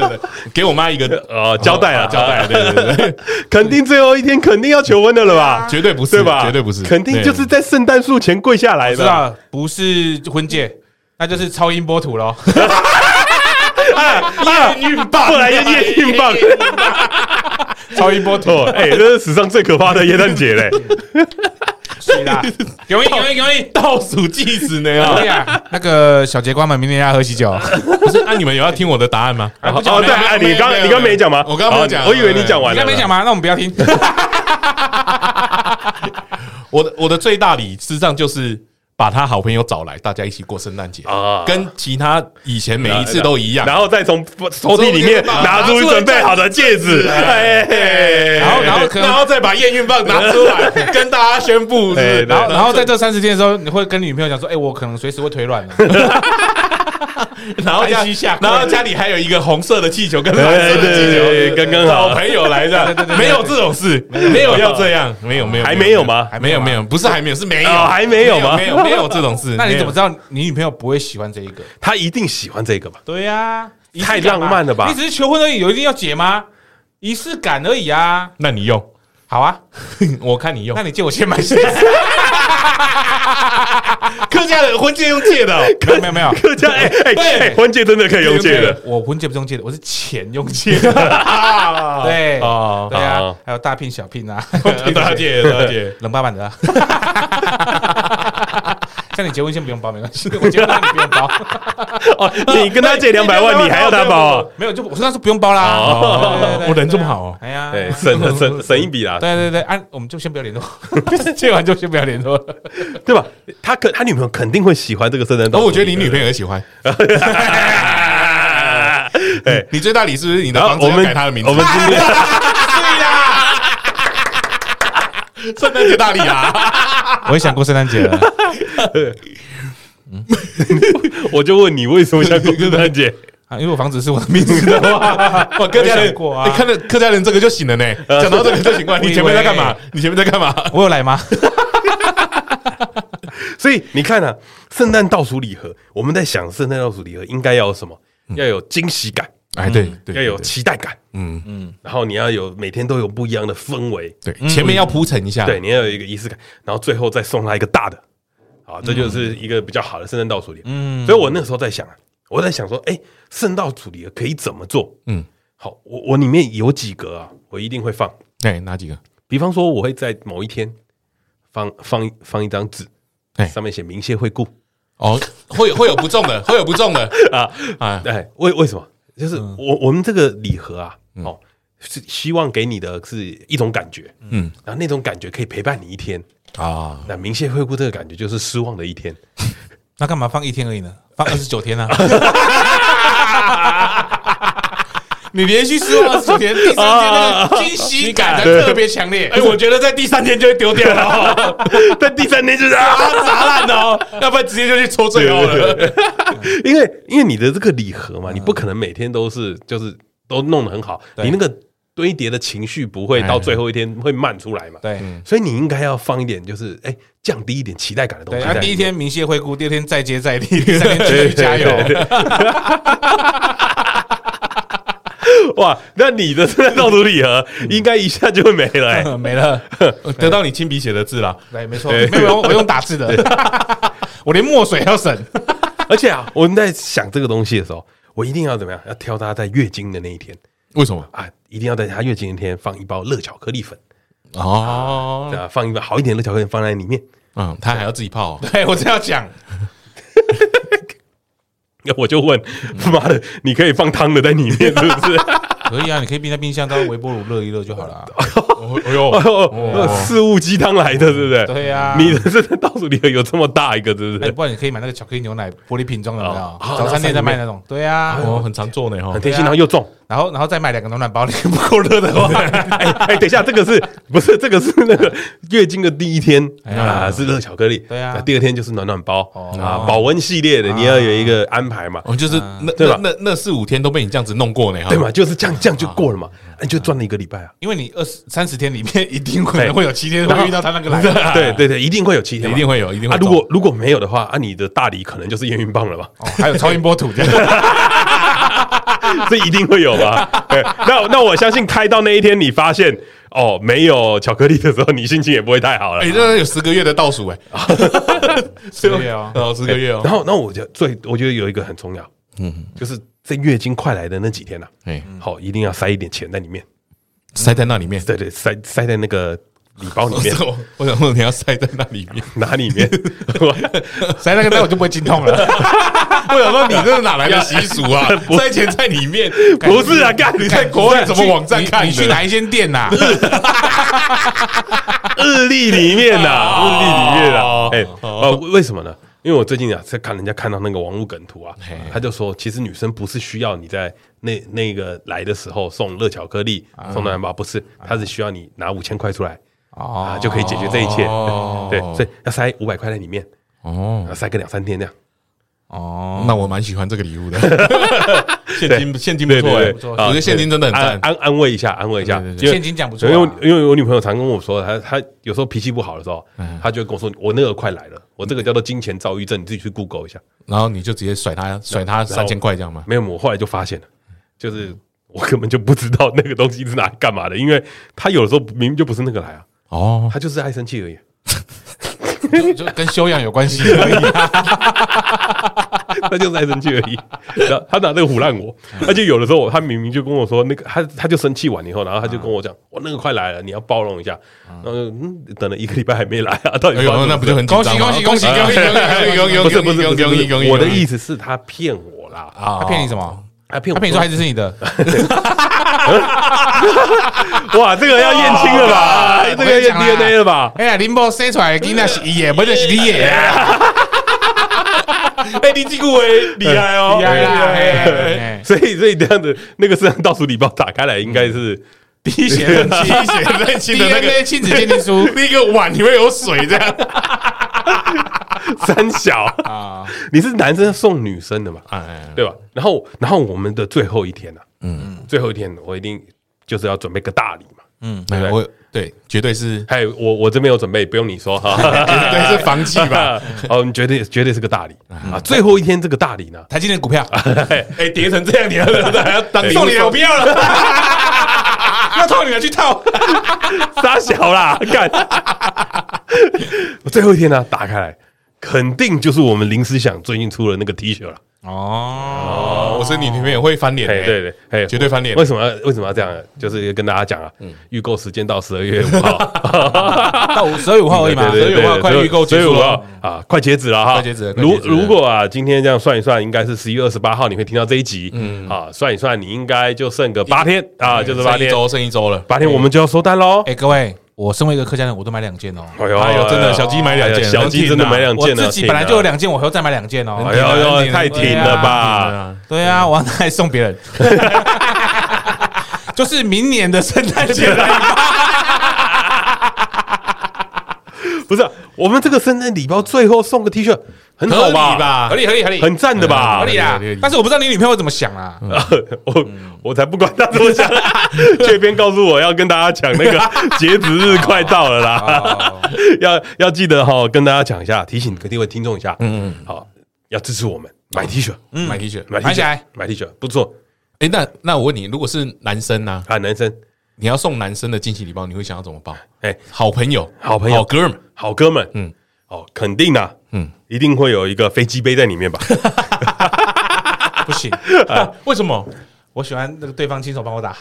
Speaker 1: 给我妈一个
Speaker 2: 呃，交代了，
Speaker 1: 啊交代，对对对，对
Speaker 2: 肯定最后一天肯定要求婚的了吧？
Speaker 1: 啊绝对不是，
Speaker 2: 对吧？
Speaker 1: 绝对不是，
Speaker 2: 肯定就是在圣诞树前跪下来
Speaker 3: 知
Speaker 2: 的。
Speaker 3: 道不是婚戒，那就是超音波图喽。
Speaker 2: 啊，
Speaker 3: 验孕棒
Speaker 2: 不然就验孕棒。
Speaker 3: 超音波图，
Speaker 2: 哦，哎，这是史上最可怕的耶诞节嘞！
Speaker 3: 是啦，容易容易容易。
Speaker 1: 倒数计时呢
Speaker 3: 哎
Speaker 1: 啊！
Speaker 3: 呀，那个小杰关门，明天要喝喜酒。
Speaker 1: 不是，那你们有要听我的答案 吗？哎
Speaker 2: 哦，对，啊，你刚你刚没讲吗？
Speaker 1: 我刚刚没有
Speaker 2: 哦
Speaker 1: 讲
Speaker 2: 我以为你讲完
Speaker 3: 你
Speaker 2: 了。
Speaker 3: 刚没讲吗？那我们不要听。
Speaker 1: 我的我的最大理事上就是把他好朋友找来，大家一起过圣诞节
Speaker 2: 啊
Speaker 1: 跟其他以前每一次都一样。
Speaker 2: 然后再从抽屉里面拿出准备好的戒指，哎，
Speaker 1: 然后，然后，然后再把验孕棒拿出来，跟大家宣布。
Speaker 2: 哎
Speaker 1: 是
Speaker 2: 对
Speaker 1: 然
Speaker 3: 然后，
Speaker 1: 后，
Speaker 3: 然后在这三十天的时候，你会跟女朋友讲说：“哎，我可能随时会腿软了。
Speaker 1: 然后家
Speaker 3: 单膝下，跪
Speaker 1: 然后家里还有一个红色的气球跟蓝
Speaker 2: 对
Speaker 1: 色的气球。
Speaker 2: 哎对对，刚刚
Speaker 1: 找
Speaker 2: 好，
Speaker 1: 朋友来的，没有这种事，没有要这样，没有没有，
Speaker 2: 还没有吗？
Speaker 1: 没有没有，不是还没有，是没有，
Speaker 2: 哦还没有吗
Speaker 1: 没有没有没有这种事”。
Speaker 3: 那你怎
Speaker 1: 没有
Speaker 3: 么知道你女朋友不会喜欢这一个？
Speaker 2: 他一定喜欢这个吧？
Speaker 3: 对呀，仪式感
Speaker 2: 太浪漫了吧
Speaker 3: 你只是求婚而已，有一定要结吗？仪式感而已啊。
Speaker 1: 那你用，
Speaker 3: 好啊，
Speaker 1: 我看你用
Speaker 3: 那。你借我先买鞋 子。
Speaker 1: 客家人婚戒用借 的哦，
Speaker 3: 没有没有没有，
Speaker 2: 客家哎哎哎，婚戒真的可以用戒的，
Speaker 3: 我婚戒不是用借的，我是钱用借的。
Speaker 2: 啊
Speaker 3: 对
Speaker 1: 哦，
Speaker 3: 对
Speaker 2: 好
Speaker 3: 啊，还有大聘小聘 啊，
Speaker 1: 大姐大姐，
Speaker 3: 冷爸爸的、啊。 像你结婚先不用包没关系，我结婚你不用 包，
Speaker 2: 哦，你跟他借两百万，你还要他包啊？
Speaker 3: 没有就我说那是不用包啦。
Speaker 2: 哦
Speaker 3: 对对对对
Speaker 1: 我人这么好哦
Speaker 3: 哎呀，
Speaker 2: 哎，省省省一笔啦，
Speaker 3: 对对对，啊，我们就先不要联络，借完就先不要联络了。
Speaker 2: 对吧？他可他女朋友肯定会喜欢这个圣诞
Speaker 1: 那
Speaker 2: 蛋。
Speaker 1: 哦我觉得你女朋友也喜 欢。
Speaker 2: 哎，
Speaker 1: 嗯你最大理是不是你的
Speaker 2: 然
Speaker 1: 房
Speaker 2: 后
Speaker 1: 子
Speaker 2: 我
Speaker 1: 要
Speaker 2: 们
Speaker 1: 改他的名字？
Speaker 2: 我们今 天。
Speaker 1: 圣诞节大礼 啊！
Speaker 3: 我也想过圣诞节了，
Speaker 2: 我就问你为什么想过 圣诞节？
Speaker 3: 啊，因为我房子是我的名字的话，
Speaker 1: 哇，客家人
Speaker 3: 我也
Speaker 1: 哎
Speaker 3: 想过啊
Speaker 1: 你看到客家人这个就醒了呢。 讲到这个就醒过来，
Speaker 3: 我以为
Speaker 1: 你前面在干嘛？你前面在干嘛？
Speaker 3: 我有来吗？
Speaker 2: 所以你看啊，圣诞倒数礼盒，我们在想圣诞倒数礼盒应该要有什么？要有惊喜感，
Speaker 1: 哎，对对
Speaker 2: 要有期待感，
Speaker 1: 嗯
Speaker 2: 嗯，然后你要有每天都有不一样的氛围，
Speaker 1: 对，前面要铺陈一下。
Speaker 2: 对，，你要有一个仪式感，然后最后再送他一个大的，啊，这就是一个比较好的圣诞倒数礼盒。嗯，所以我那时候在想啊，我在想说，哎，圣诞倒数礼盒可以怎么做？
Speaker 1: 嗯，
Speaker 2: 好，我我里面有几个啊，我一定会放，
Speaker 1: 哎，哪几个？
Speaker 2: 比方说我会在某一天放放放一张纸
Speaker 1: 哎，
Speaker 2: 上面写明谢惠顾。
Speaker 1: 哦，会会有不中的，会有不中的
Speaker 2: 啊
Speaker 1: 啊！
Speaker 2: 哎，为为什么？就是我我们这个礼盒啊，哦，是希望给你的是一种感觉，嗯，然后那种感觉可以陪伴你一天。
Speaker 1: 啊，
Speaker 2: 那明谢惠顾这个感觉就是失望的一天，
Speaker 3: 那干嘛放一天而已呢？放二十九 天啊！你连续失望二十九天，第三天那个惊喜感才特别强烈。
Speaker 1: 哎，我觉得在第三天就会丢掉了哦，
Speaker 2: 但第三天就是啊，
Speaker 1: 砸烂了哦，要不然直接就去抽最后了。
Speaker 2: 因为因为你的这个礼盒嘛，你不可能每天都是就是都弄得很好，你那个堆叠的情绪不会到最后一天会漫出来嘛，，
Speaker 3: 对
Speaker 2: 所以你应该要放一点，就是哎，降低一点期待感的东
Speaker 3: 对，
Speaker 2: 西
Speaker 3: 那
Speaker 2: 在里面。
Speaker 3: 第一天明谢惠顾，第二天再接 再厉，第三天继续加油。
Speaker 2: 哇，那你的圣诞倒数礼盒
Speaker 3: 嗯
Speaker 2: 应该一下就会没了、 欸。
Speaker 3: 没了，
Speaker 1: 得到你亲笔写的字啦，
Speaker 3: 对，没错，没有，我用打字的，我连墨水还要省。
Speaker 2: 而且啊，我们在想这个东西的时候，我一定要怎么样？要挑他在月经的那一天
Speaker 1: 为什么？
Speaker 2: 啊，一定要在他月经那天放一包热巧克力粉，
Speaker 3: 嗯
Speaker 1: 哦，
Speaker 2: 啊，放一包好一点的热巧克力放在里面。
Speaker 1: 嗯，他还要自己泡哦。
Speaker 3: 对我这要讲，
Speaker 2: 我就问，
Speaker 3: 嗯
Speaker 2: 妈的，你可以放汤的在里面是不 是？
Speaker 3: 可以啊，你可以冰在冰箱当微波炉热一热就好 了。
Speaker 1: 哎呦，
Speaker 2: 哦，四物鸡汤来的，是不是？
Speaker 3: 对啊
Speaker 2: 你的圣诞倒数礼盒有这么大一个，是哦不
Speaker 3: 哎，
Speaker 2: 是？
Speaker 3: 不然你可以买那个巧克力牛奶玻璃瓶装的，有没
Speaker 2: 哦
Speaker 3: 有？
Speaker 2: 好
Speaker 3: 早餐店在卖那种。对啊，
Speaker 1: 我很常做呢哈
Speaker 2: 很。贴心，
Speaker 3: 对啊
Speaker 2: 然后又重。
Speaker 3: 然后然后再买两个暖暖包，你不够热 的话，
Speaker 2: 哎哎，等一下，这个是不是这个是那个 月经的第一天啊？是热巧克力，
Speaker 3: 对啊
Speaker 2: 那第二天就是暖暖包啊，保温系列的，你要有一个安排嘛，
Speaker 1: 哦，就是那
Speaker 2: 对吧
Speaker 1: 那那那四五天都被你这样子弄过呢哈
Speaker 2: 对。嘛？就是这样，这样就过了嘛，哎你就赚了一个礼拜啊。
Speaker 3: 因为你二十三十天里面一定可能会有七天会遇到他那个来 的。
Speaker 2: 对对对，一定会有七天
Speaker 1: 一
Speaker 2: 嘛，
Speaker 1: 定会有，一定会
Speaker 2: 啊。
Speaker 1: 中。
Speaker 2: 如果如果没有的话，啊，你的大礼可能就是验孕棒了 吧？
Speaker 3: 哦还有超音波图这 样，
Speaker 2: 这一定会有吧？对那那我相信开到那一天，你发现哦，没有巧克力的时候，你心情也不会太好了。
Speaker 1: 哎，这有十个月的倒数哎，十
Speaker 3: 个月哦
Speaker 1: 哦，十个月哦
Speaker 2: 然，后，那我觉得最，我觉得有一个很重要，
Speaker 1: 嗯，
Speaker 2: 就是在月经快来的那几天呐、啊
Speaker 1: 哎，
Speaker 2: 好，一定要塞一点钱在里面，
Speaker 1: 塞在那里面，
Speaker 2: 对对，塞塞在那个礼包里面，
Speaker 1: 我我想问你要塞在那里 面，
Speaker 2: 哪里 面？
Speaker 3: 塞那个袋我就不会经痛了。
Speaker 1: 我想说你这是哪来的习俗啊？塞钱在里 面，
Speaker 2: 不是啊，干
Speaker 1: 你在国外怎么网站
Speaker 3: 你
Speaker 1: 看的？
Speaker 3: 你去哪一间店呐？
Speaker 2: 日历里面呐、
Speaker 1: 哦
Speaker 2: 日历里面啊，哎、
Speaker 1: 哦
Speaker 2: 呃，为什么呢？因为我最近啊，在看人家看到那个网络梗图啊，他就说，其实女生不是需要你在那那个来的时候送热巧克力、
Speaker 1: 啊
Speaker 2: 送暖宝，不是，她是需要你拿五千块出来啊，
Speaker 3: 哦
Speaker 2: 就可以解决这一切。
Speaker 1: 哦
Speaker 2: 对，所以要塞五百块在里面，
Speaker 1: 哦，
Speaker 2: 然后塞个两三天这样。
Speaker 3: 哦，
Speaker 1: 那我蛮喜欢这个礼物的，现金现金不错哎，
Speaker 2: 对对对啊
Speaker 1: 我觉得现金真的很
Speaker 2: 安
Speaker 1: 赞。
Speaker 2: 安安慰一下，安慰一下，
Speaker 1: 对
Speaker 2: 因为
Speaker 3: 现金奖不错
Speaker 2: 因
Speaker 3: 啊。
Speaker 2: 为我因为我女朋友常跟我说，她她有时候脾气不好的时候，
Speaker 1: 嗯
Speaker 2: 她就会跟我说，我那个快来了，我这个叫做金钱躁郁症，你自己去 Google 一下。
Speaker 1: 然后你就直接甩他甩他三千块这样吗？
Speaker 2: 没有，我后来就发现了，就是我根本就不知道那个东西是拿来干嘛的，因为他有的时候明明就不是那个来啊，
Speaker 1: 哦，
Speaker 2: 他就是爱生气而已，
Speaker 3: 哦就跟修养有关系。
Speaker 2: 他就是爱生气而已。然后他拿那个唬烂我，而且有的时候他明明就跟我说那个，他他就生气完以后，然后他就跟我讲，我那个快来了，你要包容一下。然后就嗯，等了一个礼拜还没来啊，到底
Speaker 1: 哎
Speaker 2: 发
Speaker 1: 呦，
Speaker 2: 生什么事
Speaker 1: 那不就很紧张吗
Speaker 3: 恭喜恭喜
Speaker 1: 啊
Speaker 3: 恭喜恭喜
Speaker 2: 不是不是不是不是我的意
Speaker 1: 思
Speaker 2: 思是他骗我啦，
Speaker 1: 啊
Speaker 3: 他骗你什么？
Speaker 2: 他骗我
Speaker 3: 他骗你说孩子是你的，
Speaker 2: 哇，这个要验亲了吧？这个要验 DNA 了吧？
Speaker 3: 哎呀，林波生出来的囡仔是伊的，不就是你的啊？
Speaker 1: 哎，你这个喂厉害哦，
Speaker 3: 厉害啦嘿！嘿
Speaker 2: 所以，所以这样子，那个圣诞倒数礼包打开来，应该是
Speaker 1: 滴血认亲，滴血认亲 的那个
Speaker 3: ，DNA 亲子鉴定书
Speaker 1: 那个碗里面有水这样。
Speaker 2: 三小。
Speaker 3: 啊，，
Speaker 2: 你是男生送女生的嘛？
Speaker 1: 哎，
Speaker 2: 对吧？然后，然后我们的最后一天呢、啊？嗯，最后一天我一定就是要准备个大礼嘛。嗯
Speaker 1: 哎我对，绝对是
Speaker 2: 还有我我这边有准备，不用你说哈。
Speaker 1: 绝对 是房契吧？
Speaker 2: 哦，你绝对绝对是个大礼啊！最后一天这个大礼呢
Speaker 3: 台积电股票，
Speaker 1: 哎，叠成这样，哎你还还要当
Speaker 2: 送你两
Speaker 1: 票了？要套你还去套？
Speaker 2: 傻小啦，干！ 最后一天呢、打开来，肯定就是我们临时想最近出了那个 T 恤了。
Speaker 3: 哦，
Speaker 1: 哦，我说你女朋友会翻脸
Speaker 2: 哎，
Speaker 1: 的，
Speaker 2: 对对，哎，
Speaker 1: 绝对翻脸嗯
Speaker 2: 为什么要为什么要这样？就是跟大家讲啊，预购时间到十二月五 号，
Speaker 3: 到十二月五号而已嘛，
Speaker 2: 对对
Speaker 1: 12
Speaker 2: 对
Speaker 1: 月5号
Speaker 2: 对
Speaker 1: 快
Speaker 2: 12
Speaker 1: 预购结束
Speaker 2: 12月5
Speaker 1: 了
Speaker 2: 号啊，快截止了哈，
Speaker 1: 快截止了快
Speaker 2: 如
Speaker 1: 截止了
Speaker 2: 如果啊，今天这样算一算，应该是十一月二十八号你会听到这一集，嗯，啊，算一算你应该就剩个八天啊，就是八
Speaker 1: 哎剩一
Speaker 2: 天，
Speaker 1: 周，剩一周了。
Speaker 2: 八天我们就要收单喽。
Speaker 3: 哎，各位，我身为一个客家人，我都买两件哦。
Speaker 2: 呦
Speaker 1: 哎呦，真的小鸡买两
Speaker 2: 哎
Speaker 1: 件，啊
Speaker 2: 呦小鸡真的买两
Speaker 3: 我
Speaker 2: 件呢，
Speaker 3: 自己本来就有
Speaker 2: 挺啊，
Speaker 3: 两件，我还要再买两件哦。
Speaker 2: 哎呦
Speaker 1: 很
Speaker 2: 呦，
Speaker 1: 挺啊
Speaker 2: 太挺了
Speaker 1: 很挺
Speaker 2: 吧
Speaker 1: 啊！
Speaker 3: 对啊，我要拿来送别人，就是明年的圣诞节来。
Speaker 2: 不是啊，我们这个圣诞礼包最后送个 T 恤，很
Speaker 1: 合
Speaker 2: 好嗯
Speaker 1: 理吧？合理合理合理
Speaker 2: 很赞的吧？
Speaker 3: 合理啊
Speaker 1: 合理合理，
Speaker 3: 但是我不知道你女朋友怎么想啊。
Speaker 2: 我我才不管他怎么 想，这边告诉我要跟大家讲那个截止日快到了啦，
Speaker 3: 哦
Speaker 2: 要要记得哈，跟大家讲一下，提醒各位听众一下，嗯，好，要支持我们买 T 恤，
Speaker 1: 买 T 恤。
Speaker 2: 买 T
Speaker 3: 哦嗯买起
Speaker 2: 恤
Speaker 3: 来，
Speaker 2: 买 T 恤，不错
Speaker 1: 哎，那那我问你，如果是男生呢？
Speaker 2: 啊，男生，
Speaker 1: 你要送男生的惊喜礼包，你会想要怎么包？
Speaker 2: 哎，
Speaker 1: 好朋友，
Speaker 2: 好朋友
Speaker 1: 好哥们，
Speaker 2: 好哥们，嗯
Speaker 1: 嗯，
Speaker 2: 哦，肯定啦，嗯
Speaker 1: 嗯，
Speaker 2: 一定会有一个飞机杯在里 面吧？
Speaker 3: 不行，哎
Speaker 1: 为什么？
Speaker 3: 我喜欢那个对方亲手帮我打。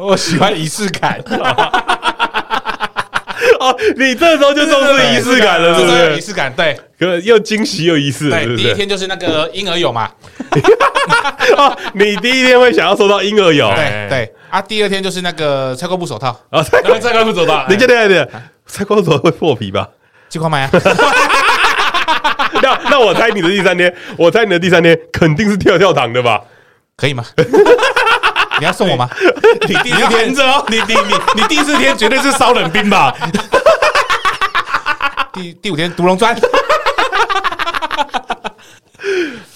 Speaker 3: 我喜欢仪式感，
Speaker 2: 哦，你这时候就重视仪式感了，是不
Speaker 3: 仪
Speaker 2: 是？
Speaker 3: 式感，对
Speaker 2: 可又惊喜又仪式了，是
Speaker 3: 对，
Speaker 2: 不
Speaker 3: 第一
Speaker 2: 是？
Speaker 3: 天就是那个婴儿泳嘛，
Speaker 2: 哦，你第一天会想要收到婴儿油，
Speaker 3: 对对啊，第二天就是那个拆购部手套，
Speaker 2: 啊，再
Speaker 1: 再看不走吧
Speaker 2: 等一下，等一下，等一下，拆光头会破皮吧？
Speaker 3: 去快买啊！
Speaker 2: 那那我猜你的第三天，我猜你的第三天肯定是跳跳糖的吧？
Speaker 3: 可以吗？你要送我吗？
Speaker 1: 哎你第四天
Speaker 3: 着哦，
Speaker 1: 你你你你第四天绝对是烧冷冰吧？
Speaker 3: 第第五天独龙砖，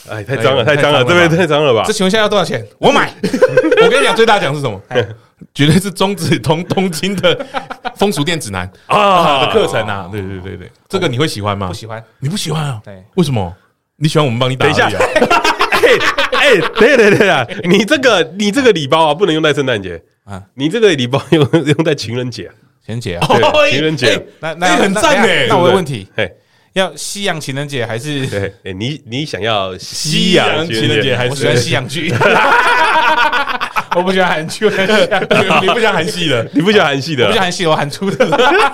Speaker 2: 哎，太脏了，
Speaker 1: 哎呦
Speaker 2: 太脏
Speaker 1: 太脏了吧
Speaker 2: 了，这边太脏了吧
Speaker 3: 这？请问一下要多少
Speaker 1: 哦
Speaker 3: 钱？我买， 哎
Speaker 1: 我跟你讲，最大奖是什么？绝对是中指同 东京的风俗店指南
Speaker 2: 啊
Speaker 1: 的课程啊！对对对对，这个你会喜欢吗？
Speaker 3: 不喜欢。哎
Speaker 1: 你不喜欢啊？
Speaker 3: 对
Speaker 1: 为什么？你喜欢我们帮你打而
Speaker 2: 等一
Speaker 1: 已啊？
Speaker 2: 下，哎，等一下等一下等一下，你这个你这个礼包啊，不能用在圣诞节啊
Speaker 3: 啊，
Speaker 2: 你这个礼包用用在情人节，
Speaker 3: 情人节
Speaker 1: 哦
Speaker 3: 啊，
Speaker 2: 对，情人节，
Speaker 3: 那
Speaker 1: 哎
Speaker 3: 那
Speaker 1: 很
Speaker 3: 那
Speaker 1: 赞
Speaker 3: 那
Speaker 1: 欸
Speaker 3: 那我有问题，
Speaker 2: 嘿，
Speaker 3: 要西洋情人节还是
Speaker 2: 哎对，哎你你想要西洋
Speaker 1: 情人节还
Speaker 3: 我喜欢
Speaker 1: 是
Speaker 3: 西洋剧？ 我不喜欢韩剧，我喜欢西洋剧
Speaker 1: 你不想韩系的？
Speaker 2: 你不喜欢韩系的啊
Speaker 3: 我不喜欢，韩系，我韩出的了。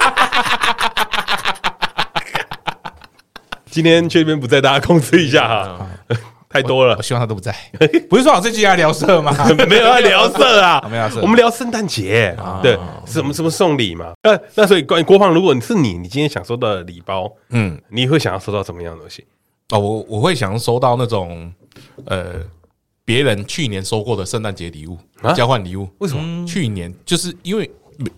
Speaker 2: 今天缺边不在，大家控制一下哈， 太多了
Speaker 3: 我，希望他都不在。 不是说好这集要聊色 吗？
Speaker 2: 没有要聊色
Speaker 1: 哦
Speaker 2: 啊，
Speaker 3: 没有聊色
Speaker 2: 我们聊圣诞节，对，什么什么送礼嘛。那那所以关于郭胖，如果你是你，你今天想收到的礼包，
Speaker 1: 嗯，
Speaker 2: 你会想要收到什么样的东西？
Speaker 1: 哦，我我会想收到那种呃别人去年收过的圣诞节礼物
Speaker 2: 啊，
Speaker 1: 交换礼物。
Speaker 2: 为什么？
Speaker 1: 去年就是因为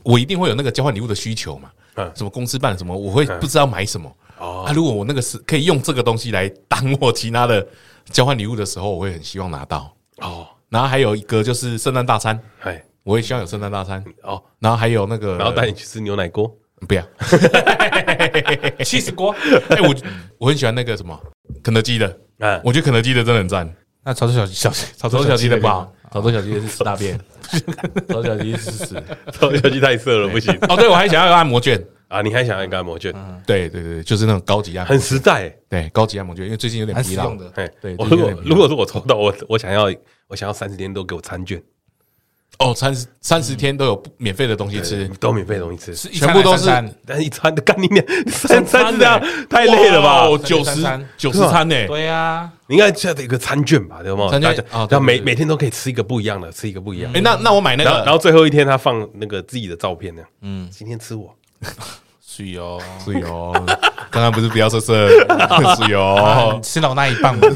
Speaker 1: 我一定会有那个交换礼物的需求嘛
Speaker 2: 嗯，
Speaker 1: 什么公司办什么，我会不知道买什么。
Speaker 2: 哦
Speaker 1: 啊，如果我那个是可以用这个东西来当我其他的交换礼物的时候，我会很希望拿到。
Speaker 2: 哦，
Speaker 1: 然后还有一个就是圣诞大餐，
Speaker 2: 哎，
Speaker 1: 我也希望有圣诞大餐。
Speaker 2: 哦，
Speaker 1: 然后还有那个，
Speaker 2: 然后带你去吃牛奶锅，
Speaker 1: 不 要，
Speaker 3: 气死锅！
Speaker 1: 哎、我我很喜欢那个什么肯德基的，
Speaker 2: 嗯，
Speaker 1: 我觉得肯德基的真的很赞。
Speaker 3: 那潮州小鸡小鸡，潮
Speaker 1: 潮州小鸡的不
Speaker 3: 吧？
Speaker 1: 好，潮州小鸡的是吃大 便，潮州小鸡是屎。
Speaker 2: 超小鸡太色了，不行
Speaker 1: 哦，对，我嗯还想要有按摩券，
Speaker 2: 啊！你还想要一个按摩券，
Speaker 1: 对对对，就是那种高级按摩，
Speaker 2: 很实在欸。
Speaker 1: 对高级按摩券，因为最近有点
Speaker 3: 蛮
Speaker 1: 疲
Speaker 3: 实
Speaker 1: 劳
Speaker 3: 用。的。
Speaker 2: 哎，
Speaker 1: 对
Speaker 2: 我
Speaker 1: 这
Speaker 2: 如
Speaker 1: 个
Speaker 2: 果
Speaker 1: 有点
Speaker 2: 如果是我抽到我我想要我想要三十天都给我餐券，
Speaker 1: 哦，三十三十天都有不免费的东西吃，
Speaker 2: 都免费的东西吃，
Speaker 3: 是一
Speaker 1: 全
Speaker 3: 餐
Speaker 1: 部
Speaker 3: 还
Speaker 1: 都
Speaker 3: 三
Speaker 1: 是
Speaker 3: 餐
Speaker 2: 但是一餐干你娘三
Speaker 1: 餐欸
Speaker 2: 餐这样太累了吧？
Speaker 1: 九十
Speaker 3: 三餐
Speaker 1: 九十餐呢，
Speaker 3: 对啊呀，
Speaker 2: 你应该这样的一个餐券吧，对吗？
Speaker 1: 餐券
Speaker 2: 大家
Speaker 1: 哦
Speaker 2: 然后
Speaker 1: 对
Speaker 2: 每
Speaker 1: 对对
Speaker 2: 每天都可以吃一个不一样的，吃一个不一样的。
Speaker 1: 哎，那那我买那
Speaker 2: 然后，然
Speaker 1: 个，
Speaker 2: 后最后一天他放那个自己的照片呢。嗯，今天吃我，
Speaker 3: 是哟。
Speaker 1: 是哟，刚刚不是不要色色，是
Speaker 3: 哦
Speaker 1: 哟，，
Speaker 3: 吃到那一棒嘛，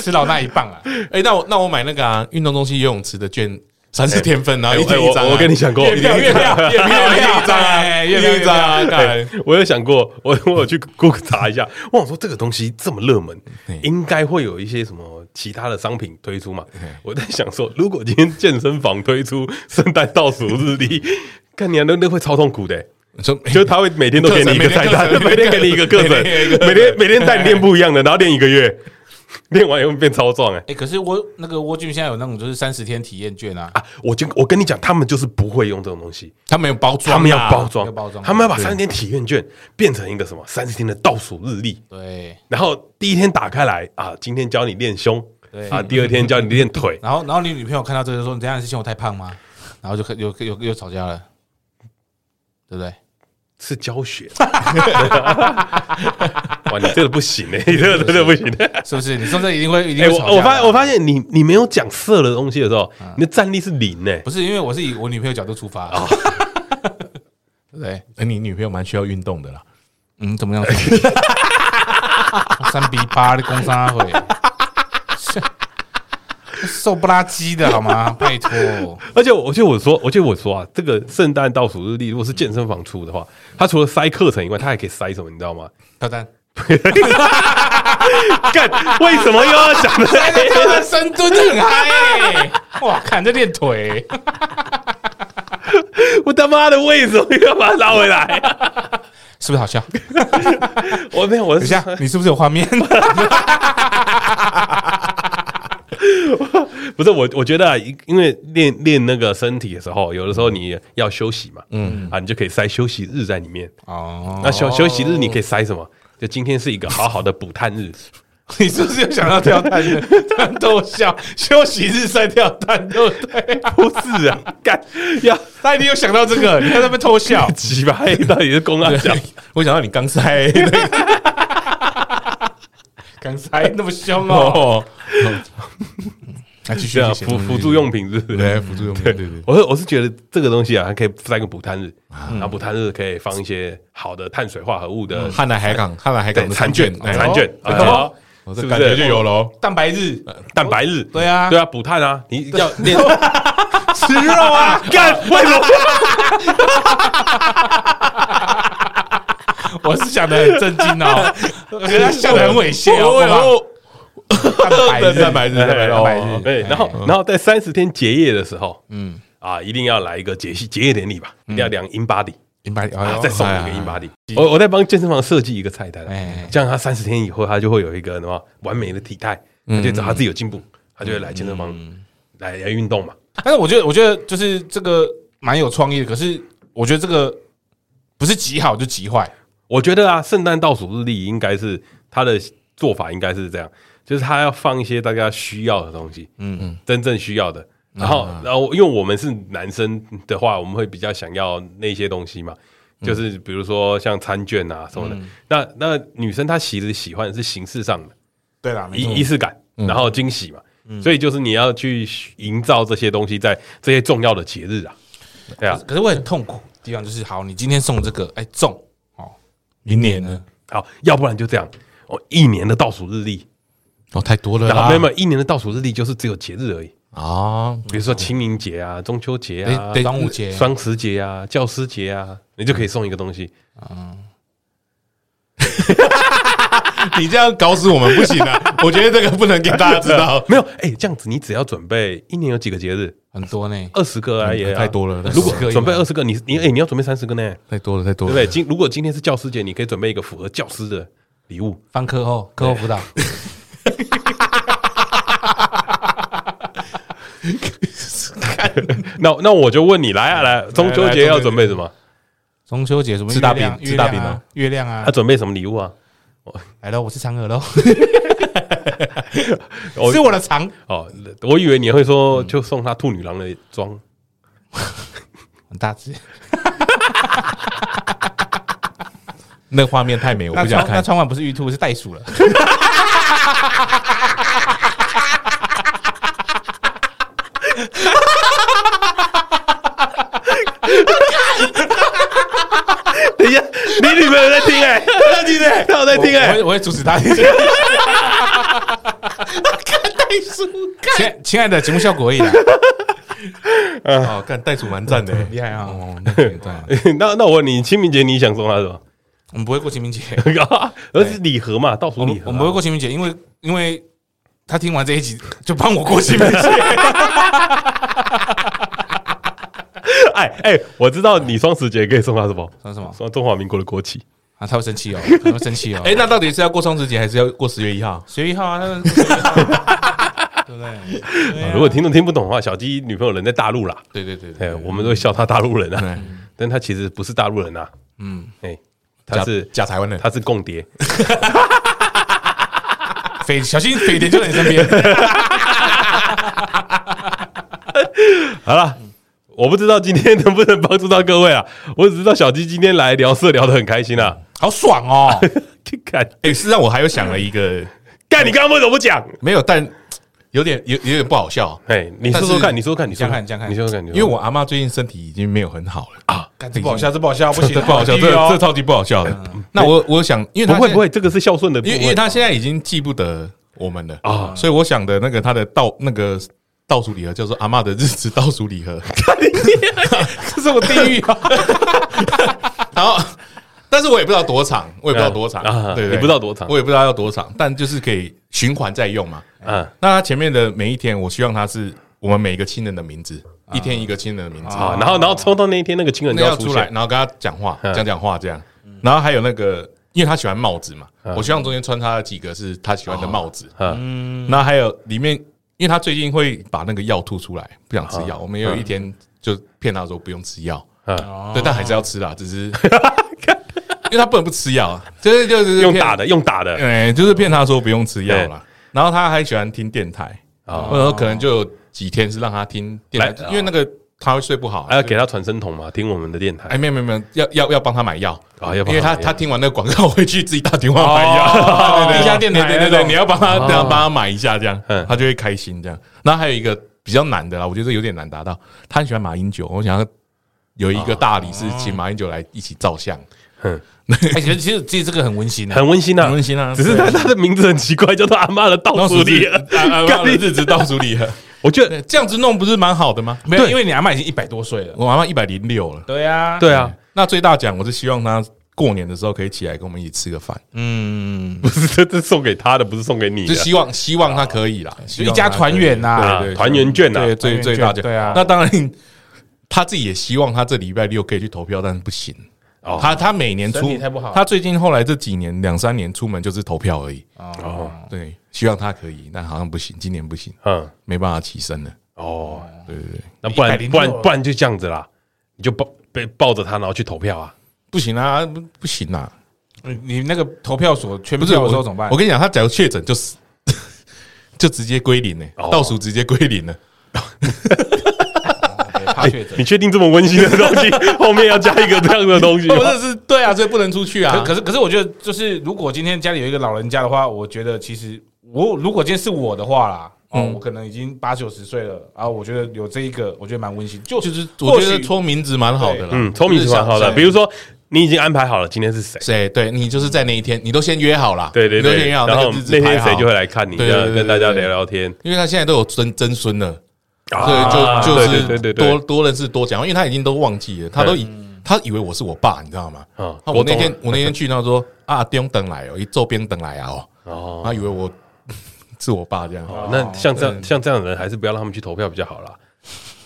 Speaker 3: 吃到那一棒啊！
Speaker 1: 哎，那我那我买那个啊，运动中心游泳池的券，三十天份，然后
Speaker 2: 哎
Speaker 1: 一
Speaker 2: 哎
Speaker 1: 天
Speaker 2: 我
Speaker 1: 一张啊，
Speaker 2: 我跟你讲过，
Speaker 1: 月票月 票月票一天一张啊，
Speaker 3: 哎
Speaker 1: 月
Speaker 3: 月
Speaker 1: 票
Speaker 3: 票
Speaker 1: 一张啊，
Speaker 3: 月票
Speaker 1: 干
Speaker 2: 我有想过， 我我有去 Google 查一下，我想说这个东西这么热门，应该会有一些什么其他的商品推出嘛？我在想说，如果今天健身房推出圣诞倒数日历， 看你啊，那那会超痛苦 的欸、
Speaker 1: 就
Speaker 2: 就是他会每天都给你一个菜单，
Speaker 1: 课程
Speaker 2: 每
Speaker 1: 每
Speaker 2: 天
Speaker 1: 天
Speaker 2: 给你一个课程，
Speaker 1: 每天一个课程
Speaker 2: 每天每天带你练不一样的，然后练一个月， 练完以后变超壮哎、
Speaker 3: 哎，可是我那个蜗居现在有那种就是三十天体验券啊，
Speaker 2: 啊！我就我跟你讲，他们就是不会用这种东西，
Speaker 1: 他们有包装啊，
Speaker 2: 他们要包装，
Speaker 3: 要包装
Speaker 2: 他们要把三十天体验券变成一个什么三十天的倒数日历，
Speaker 3: 对。
Speaker 2: 然后第一天打开来啊，今天教你练胸，
Speaker 3: 对
Speaker 2: 啊，第二天教你练腿，
Speaker 3: 然后，然后你女朋友看到这个说：“你这样是嫌我太胖吗？”然后就开又又又吵架了，对不对？
Speaker 2: 是教 学。哇，你这个不行 哎、你这个真的不行。
Speaker 3: 是不是？你说这一定会一定
Speaker 2: 哎、
Speaker 3: 会吵架的嗯
Speaker 2: 我我发我发现你你没有讲色的东西的时候，你的战力是零哎、
Speaker 3: 不是因为我是以我女朋友角度出发，
Speaker 2: 哦
Speaker 3: 对不对？
Speaker 1: 哎你女朋友蛮需要运动的啦。
Speaker 3: 嗯，怎么样？三比八的攻杀会，瘦不拉几的好吗？拜托，
Speaker 2: 而且我，而且我说，而且我说啊，这个圣诞倒数日历，如果是健身房出的话，它除了塞课程以外，它还可以塞什么？你知道吗？
Speaker 3: 跳蛋，
Speaker 2: 干，为什么又要想 哎的？
Speaker 3: 跳蛋深蹲就很嗨、欸，哇，看这练腿、
Speaker 2: 我他妈的为什么又要把它拉回来？啊
Speaker 3: 是不是好笑？
Speaker 2: 我没有，我是
Speaker 3: 等一下
Speaker 2: 想，
Speaker 3: 你是不是有画面？
Speaker 2: 不是我，我觉得、啊，因因为练练那个身体的时候，有的时候你要休息嘛，嗯啊，你就可以塞休息日在里面。
Speaker 3: 哦，
Speaker 2: 那休休息日你可以塞什么？就今天是一个好好的补碳日，
Speaker 3: 你是不是有想到跳蛋的？蛋逗笑，休息日在跳蛋，对不对？
Speaker 2: 不是啊，干要
Speaker 3: 他一定有想到这 个，你看他们偷笑。
Speaker 2: 鸡巴，哎到底是公安讲？
Speaker 1: 哎我想到你刚 塞
Speaker 3: 刚才那么凶 哦，
Speaker 1: 哦，
Speaker 3: 那继续
Speaker 2: 对啊，
Speaker 3: 继续
Speaker 2: 辅辅助用品是不是？
Speaker 1: 对，辅助用品，对对对，啊
Speaker 2: 我是我是觉得这个东西啊，它可以塞个补碳日，然后补碳日可以放一些好的碳水化合物的
Speaker 1: 汉来海港，汉来海港
Speaker 2: 对
Speaker 1: 的
Speaker 2: 餐
Speaker 1: 餐
Speaker 2: 券
Speaker 1: 券，，
Speaker 2: 啊餐券，
Speaker 1: 哎
Speaker 2: 啊
Speaker 1: 哎
Speaker 2: 好
Speaker 1: 哦
Speaker 2: 是
Speaker 1: 这
Speaker 2: 不
Speaker 1: 感觉
Speaker 2: 是
Speaker 1: 就有哦喽。
Speaker 3: 蛋白日
Speaker 2: 蛋白日？
Speaker 3: 对啊
Speaker 2: 对啊，补碳啊，你 要练
Speaker 3: 吃肉啊！
Speaker 2: 干为什么？
Speaker 3: 我是想的很震惊哦， 我觉得他笑得很猥亵哦，好不好蛋白日，
Speaker 1: 蛋白
Speaker 2: 哎
Speaker 1: 质，蛋白质，
Speaker 3: 蛋白
Speaker 1: 哦
Speaker 3: 日
Speaker 2: 对，然后然后在
Speaker 1: 嗯
Speaker 2: 三十天结业的时候，嗯啊，一定要来一个节气结业典礼吧，一定要量 in body。
Speaker 3: 零八零，哎
Speaker 2: 啊
Speaker 3: 呦
Speaker 2: 再送你一
Speaker 3: 哎
Speaker 2: 个
Speaker 3: 呀
Speaker 2: 英巴里。我我在帮健身房设计一个菜单啊
Speaker 3: 哎，
Speaker 2: 这样他三十天以后，他就会有一个什么完美的体态，他就知
Speaker 3: 嗯
Speaker 2: 道他自己有进步，他就会来健身房来来运动嘛。
Speaker 3: 但是我觉得，我觉得就是这个蛮有创意的，可是我觉得这个不是极好就极坏，
Speaker 2: 我觉得啊，圣诞倒数日历应该是他的做法，应该是这样，就是他要放一些大家需要的东西，嗯嗯，真正需要的。然后，然后，因为我们是男生的话，我们会比较想要那些东西嘛，就是比如说像餐券啊什么的。那那女生她其实喜欢的是形式上的，
Speaker 3: 对啦，没错嗯
Speaker 2: 仪仪式感，然后惊喜嘛。所以就是你要去营造这些东西，在这些重要的节日啊，对啊。
Speaker 3: 可是我很痛苦的地方就是，好，你今天送这个，哎，中哦，明年呢？
Speaker 2: 好，要不然就这样，哦，一年的倒数日历，
Speaker 1: 哦，太多了
Speaker 2: 然后
Speaker 1: 啦
Speaker 2: 没有没有，一年的倒数日历就是只有节日而已，
Speaker 1: 啊！
Speaker 2: 比如说清明节啊、中秋节啊、
Speaker 1: 对
Speaker 3: 呃端午节，
Speaker 2: 双十节啊、教师节啊，你就可以送一个东西。
Speaker 1: 你这样搞死我们不行啊！我觉得这个不能给大家知道。
Speaker 2: 没有，哎，这样子你只要准备一年有几个节日，
Speaker 3: 很多呢，
Speaker 2: 二十个啊也
Speaker 1: 太多了
Speaker 2: 如果
Speaker 1: 20
Speaker 3: 个
Speaker 2: 准备二十个，你你哎，你要准备三十个呢，
Speaker 1: 太多了，太多
Speaker 2: 对
Speaker 1: 了，
Speaker 2: 不对？？今如果今天是教师节，你可以准备一个符合教师的礼物。
Speaker 3: 翻课后课后辅导，
Speaker 2: 那那我就问你，来啊来啊，中秋节要准备什么？
Speaker 3: 中秋节什么
Speaker 1: 吃大饼
Speaker 3: 月亮
Speaker 1: 吃大饼
Speaker 3: 月亮
Speaker 1: 哦
Speaker 3: 啊，月亮啊
Speaker 2: 他，准备什么礼物啊？
Speaker 3: 来了，我是嫦娥 喽，
Speaker 2: 我
Speaker 3: 是我的嫦，
Speaker 2: 哦，我以为你会说就送他兔女郎的装，
Speaker 3: 很大只，
Speaker 1: 那画面太美，我
Speaker 3: 那
Speaker 1: 不想
Speaker 3: 穿那
Speaker 1: 看。
Speaker 3: 穿完不是玉兔是袋鼠了，
Speaker 2: 等一下，你女朋友在听 哎，她在听哎，她有在听
Speaker 3: 我
Speaker 2: 哎
Speaker 3: 会，我会阻止他。亲亲爱的节目效果而已啦，
Speaker 1: 哦，看袋鼠蛮赞的，
Speaker 3: 厉害啊！
Speaker 1: 哦，那个对啊
Speaker 2: 那那我问你，清明节你想送她什么？
Speaker 3: 我们不会过清明
Speaker 2: 啊
Speaker 3: 节，
Speaker 2: 而
Speaker 1: 哎
Speaker 2: 是礼盒嘛，倒数
Speaker 3: 我
Speaker 2: 礼
Speaker 3: 们
Speaker 2: 盒啊，
Speaker 3: 我们不会过清明节，因为因为他听完这一集就帮我过清明节。
Speaker 2: 哎哎，我知道你双十节可以送她什么，
Speaker 3: 说什么
Speaker 2: 送中华民国的国旗。
Speaker 3: 啊？他会生气哦，他会生气哦。
Speaker 1: 哎，那到底是要过双十节，还是要过十月一号？
Speaker 3: 十月一号啊，他是对不对？对
Speaker 2: 啊
Speaker 1: 哎
Speaker 3: 啊
Speaker 2: 如果听众听不懂的话，小鸡女朋友人在大陆啦，
Speaker 3: 对对对对，
Speaker 2: 哎，我们都会笑她大陆人啊
Speaker 1: 对，
Speaker 2: 但她其实不是大陆人啊，嗯，哎，她是
Speaker 1: 假假台湾人，
Speaker 2: 她是共谍。
Speaker 3: 匪小心匪谍就在你身边。
Speaker 2: 好了，我不知道今天能不能帮助到各位啊，我只知道小鸡今天来聊色聊得很开心 啊。
Speaker 3: 好爽哦！
Speaker 2: 干
Speaker 1: 哎，事实上我还有想了一个，哎
Speaker 2: 干，你刚刚为什么不讲？
Speaker 1: 没有，但有点有有点不好笑，
Speaker 2: 哎，你说说看，你说说看，你说说
Speaker 3: 你讲看
Speaker 2: 你
Speaker 3: 你
Speaker 2: 说
Speaker 3: 讲
Speaker 2: 说看，你
Speaker 1: 因
Speaker 2: 说
Speaker 1: 为
Speaker 2: 说
Speaker 1: 我阿妈最近身体已经没有很好了啊，
Speaker 3: 干这不好笑，这不好笑，不 行
Speaker 1: 这，不好笑，
Speaker 3: 地狱
Speaker 1: 这
Speaker 3: 哦
Speaker 1: 这超级不好笑的。那我我想，因为她
Speaker 2: 看不会
Speaker 1: 现在
Speaker 2: 不会，这个是孝顺的部
Speaker 1: 因
Speaker 2: 分，
Speaker 1: 为因为他现在已经记不得我们了
Speaker 2: 啊
Speaker 1: 啊，所以我想的那个他的倒那个倒数礼盒叫做阿嬷的日子倒数礼盒，
Speaker 3: 这是我地狱啊！
Speaker 1: 然后但是我也不知道多长，我也不知道多长
Speaker 2: 啊啊，
Speaker 1: 对，
Speaker 2: 你不知道多长
Speaker 1: 我也不知道要多长，但就是可以循环再用嘛。
Speaker 2: 嗯
Speaker 1: 那他前面的每一天，我希望他是我们每个亲人的名字，一天一个亲人的名字，
Speaker 2: 啊，然后然后抽到那一天那个亲人
Speaker 1: 那
Speaker 2: 就
Speaker 1: 要
Speaker 2: 出
Speaker 1: 出来，
Speaker 2: 现，
Speaker 1: 然后跟他讲话，
Speaker 2: 嗯
Speaker 1: 讲讲话这样。然后还有那个，因为他喜欢帽子嘛，我希望中间穿插了几个是他喜欢的帽子。
Speaker 2: 嗯，
Speaker 1: 那还有里面，因为他最近会把那个药吐出来，不想吃
Speaker 2: 啊
Speaker 1: 药。我们也有一天就骗他说不用吃药，
Speaker 2: 啊
Speaker 1: 对，但还是要吃啦，只是 因为他不能不吃药啊，就是就是
Speaker 2: 用
Speaker 1: 骗
Speaker 2: 打，的用打的
Speaker 1: 哎，就是骗他说不用吃药啦。然后他还喜欢听电台，或者说可能就有几天是让他听电台，
Speaker 2: 啊来
Speaker 1: 因为那个他会睡不好，啊
Speaker 2: 还要给他传声筒嘛，听我们的电台
Speaker 1: 哎，没有没有没有，要要哦要帮他买药
Speaker 2: 啊要帮他
Speaker 1: 因为他
Speaker 2: 买药
Speaker 1: 他听完那个广告回去自己打电话买药，
Speaker 3: 哦
Speaker 1: 对对对
Speaker 3: 地下电台
Speaker 1: 对对
Speaker 3: 那
Speaker 1: 对，
Speaker 3: 种
Speaker 1: 你要帮他这样帮他买一下，这样
Speaker 2: 嗯
Speaker 1: 他就会开心这样。然后还有一个比较难的啦，我觉得有点难达到，他很喜欢马英九，我想要有一个大理是请马英九来一起照相，
Speaker 3: 哎，其实其实其实这个很温馨的，
Speaker 2: 很温馨啊，
Speaker 1: 很温馨啊
Speaker 2: 只是他他的名字很奇怪，叫做阿妈的倒
Speaker 1: 倒
Speaker 2: 数
Speaker 1: 数
Speaker 2: 礼
Speaker 1: 礼
Speaker 2: 盒
Speaker 1: 盒，啊啊
Speaker 2: 干
Speaker 1: 啊
Speaker 2: 你
Speaker 1: 日子倒数礼盒，
Speaker 2: 我觉得
Speaker 1: 对 这样子弄不是蛮好的吗？
Speaker 3: 没有，因为你阿妈已经一百多岁了。
Speaker 1: 我妈妈一百零六了，
Speaker 3: 对啊，
Speaker 2: 对啊，
Speaker 1: 那最大奖我是希望她过年的时候可以起来跟我们一起吃个饭，
Speaker 3: 嗯，
Speaker 2: 不是这这送给他的，不是送给你
Speaker 1: 就
Speaker 2: 的
Speaker 1: 希望希望她可以啦，
Speaker 3: 就
Speaker 1: 希
Speaker 3: 一
Speaker 1: 望她
Speaker 3: 家
Speaker 1: 可以
Speaker 3: 团圆呐
Speaker 2: 啊，团圆券呐，
Speaker 1: 对，最
Speaker 3: 团圆
Speaker 1: 最
Speaker 3: 券
Speaker 1: 大奖。
Speaker 3: 对啊
Speaker 1: 那当然，他自己也希望他这礼拜六可以去投票，但是不行。
Speaker 2: 哦
Speaker 1: 他他每年
Speaker 3: 身
Speaker 1: 出
Speaker 3: 体太不好
Speaker 1: 他最近后来这几年两三年出门就是投票而已。
Speaker 2: 哦
Speaker 3: 哦，
Speaker 1: 对，希望他可以，但好像不行，今年不行，
Speaker 2: 嗯，
Speaker 1: 没办法起身了。
Speaker 2: 哦，
Speaker 1: 哦对对对，
Speaker 2: 那不然
Speaker 3: 106
Speaker 2: 不然不然就这样子啦，你就抱被抱着他，然后去投票啊。
Speaker 1: 不行啊，不不行啊，
Speaker 3: 你你那个投票所全
Speaker 1: 不
Speaker 3: 部
Speaker 1: 是
Speaker 3: 票的时候怎么办
Speaker 1: 我？跟你讲，他假如确诊就死， 就直接归零呢、
Speaker 2: 哦
Speaker 1: 倒数直接归零了。
Speaker 3: 对怕哎确诊
Speaker 2: 你。确定这么温馨的东 西后面要加一个这样的东西吗
Speaker 1: 不？是是，对啊，所以不能出去
Speaker 3: 哎可
Speaker 1: 啊。
Speaker 3: 可是可是，我觉得就是如果今天家里有一个老人家的话，我觉得其实我如果今天是我的话啦，哦，
Speaker 1: 嗯
Speaker 3: 我可能已经八九十岁了啊，我觉得有这一个，我觉得蛮温馨，就
Speaker 1: 就是我觉
Speaker 3: 或
Speaker 1: 得
Speaker 3: 许啊
Speaker 1: 搓名字蛮好的啦。
Speaker 2: 嗯，聪明是蛮好的。
Speaker 1: 就是想
Speaker 2: 比如说，你已经安排好了今天是谁，
Speaker 1: 谁对你就是在那一天，你都先约好啦。
Speaker 2: 对对
Speaker 1: 你都先
Speaker 2: 对，
Speaker 1: 约好
Speaker 2: 然
Speaker 1: 那
Speaker 2: 后
Speaker 1: 个日子
Speaker 2: 那
Speaker 1: 排
Speaker 2: 天
Speaker 1: 好
Speaker 2: 谁就会来看你，
Speaker 1: 对
Speaker 2: 这
Speaker 1: 对
Speaker 2: 样
Speaker 1: 对
Speaker 2: 跟大
Speaker 1: 对
Speaker 2: 家
Speaker 1: 对
Speaker 2: 聊聊天。
Speaker 1: 因为他现在都有曾曾孙了，所
Speaker 2: 啊
Speaker 1: 以就就
Speaker 2: 对
Speaker 1: 是
Speaker 2: 对对对
Speaker 1: 多多认识多讲，因为他已经都忘记了，他都以他以为我是我爸，你知道吗？
Speaker 2: 嗯
Speaker 1: 啊，我那
Speaker 2: 国中
Speaker 1: 天
Speaker 2: 了
Speaker 1: 我那天去，他说啊，丁等来哦，一周边等来啊哦，
Speaker 2: 哦，
Speaker 1: 他以为我 是我爸这样，
Speaker 2: 那像这样像这样的人，还是不要让他们去投票比较好 啦。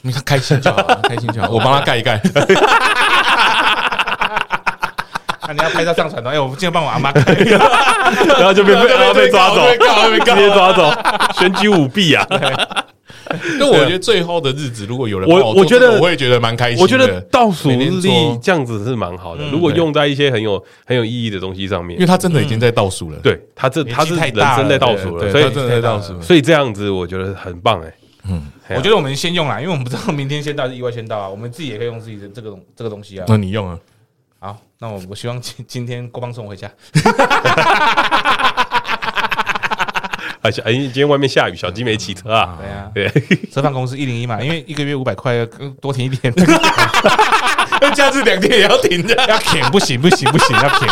Speaker 1: 你看开心就 好，开心就好，我帮他盖一盖，
Speaker 3: 那你要拍照上传的，哎，我今天帮 我阿妈看，
Speaker 1: 啊
Speaker 2: 然后就被然后被抓走，
Speaker 1: 被告被
Speaker 2: 直接抓走，选举舞弊 啊！
Speaker 1: 那我觉得最后的日子，如果有人
Speaker 2: 我
Speaker 1: 帮做
Speaker 2: 我觉
Speaker 1: 这个
Speaker 2: 得
Speaker 1: 我会觉得蛮开心的。
Speaker 2: 我觉得倒数
Speaker 1: 每天
Speaker 2: 日
Speaker 1: 做嗯
Speaker 2: 历这样子是蛮好的，如果用在一些很有很有意义的东西上
Speaker 1: 因为
Speaker 2: 面，
Speaker 1: 他真的已经在倒数了，
Speaker 2: 对他这他是
Speaker 3: 年
Speaker 2: 人
Speaker 3: 纪太大
Speaker 2: 生在
Speaker 3: 了
Speaker 2: 倒数了，
Speaker 1: 对
Speaker 2: 所
Speaker 1: 他真
Speaker 2: 以
Speaker 1: 的在倒数了。
Speaker 2: 所以这样子我觉得很棒 哎。
Speaker 3: 我觉得我们先用啦，因为我们不知道明天先到还是意外先到啊，我们自己也可以用自己的这个东这个东西啊。
Speaker 1: 那你用啊，
Speaker 3: 好，那我我希望今今天郭邦送我回家，
Speaker 2: 而且哎，今天外面下雨，小鸡没骑车啊
Speaker 3: 对。呀，
Speaker 2: 对，
Speaker 3: 折返公司一零一嘛，因为一个月五百块，呃多填一点，
Speaker 1: 下次两天也要停的。
Speaker 3: 要舔不行不行不行，要 舔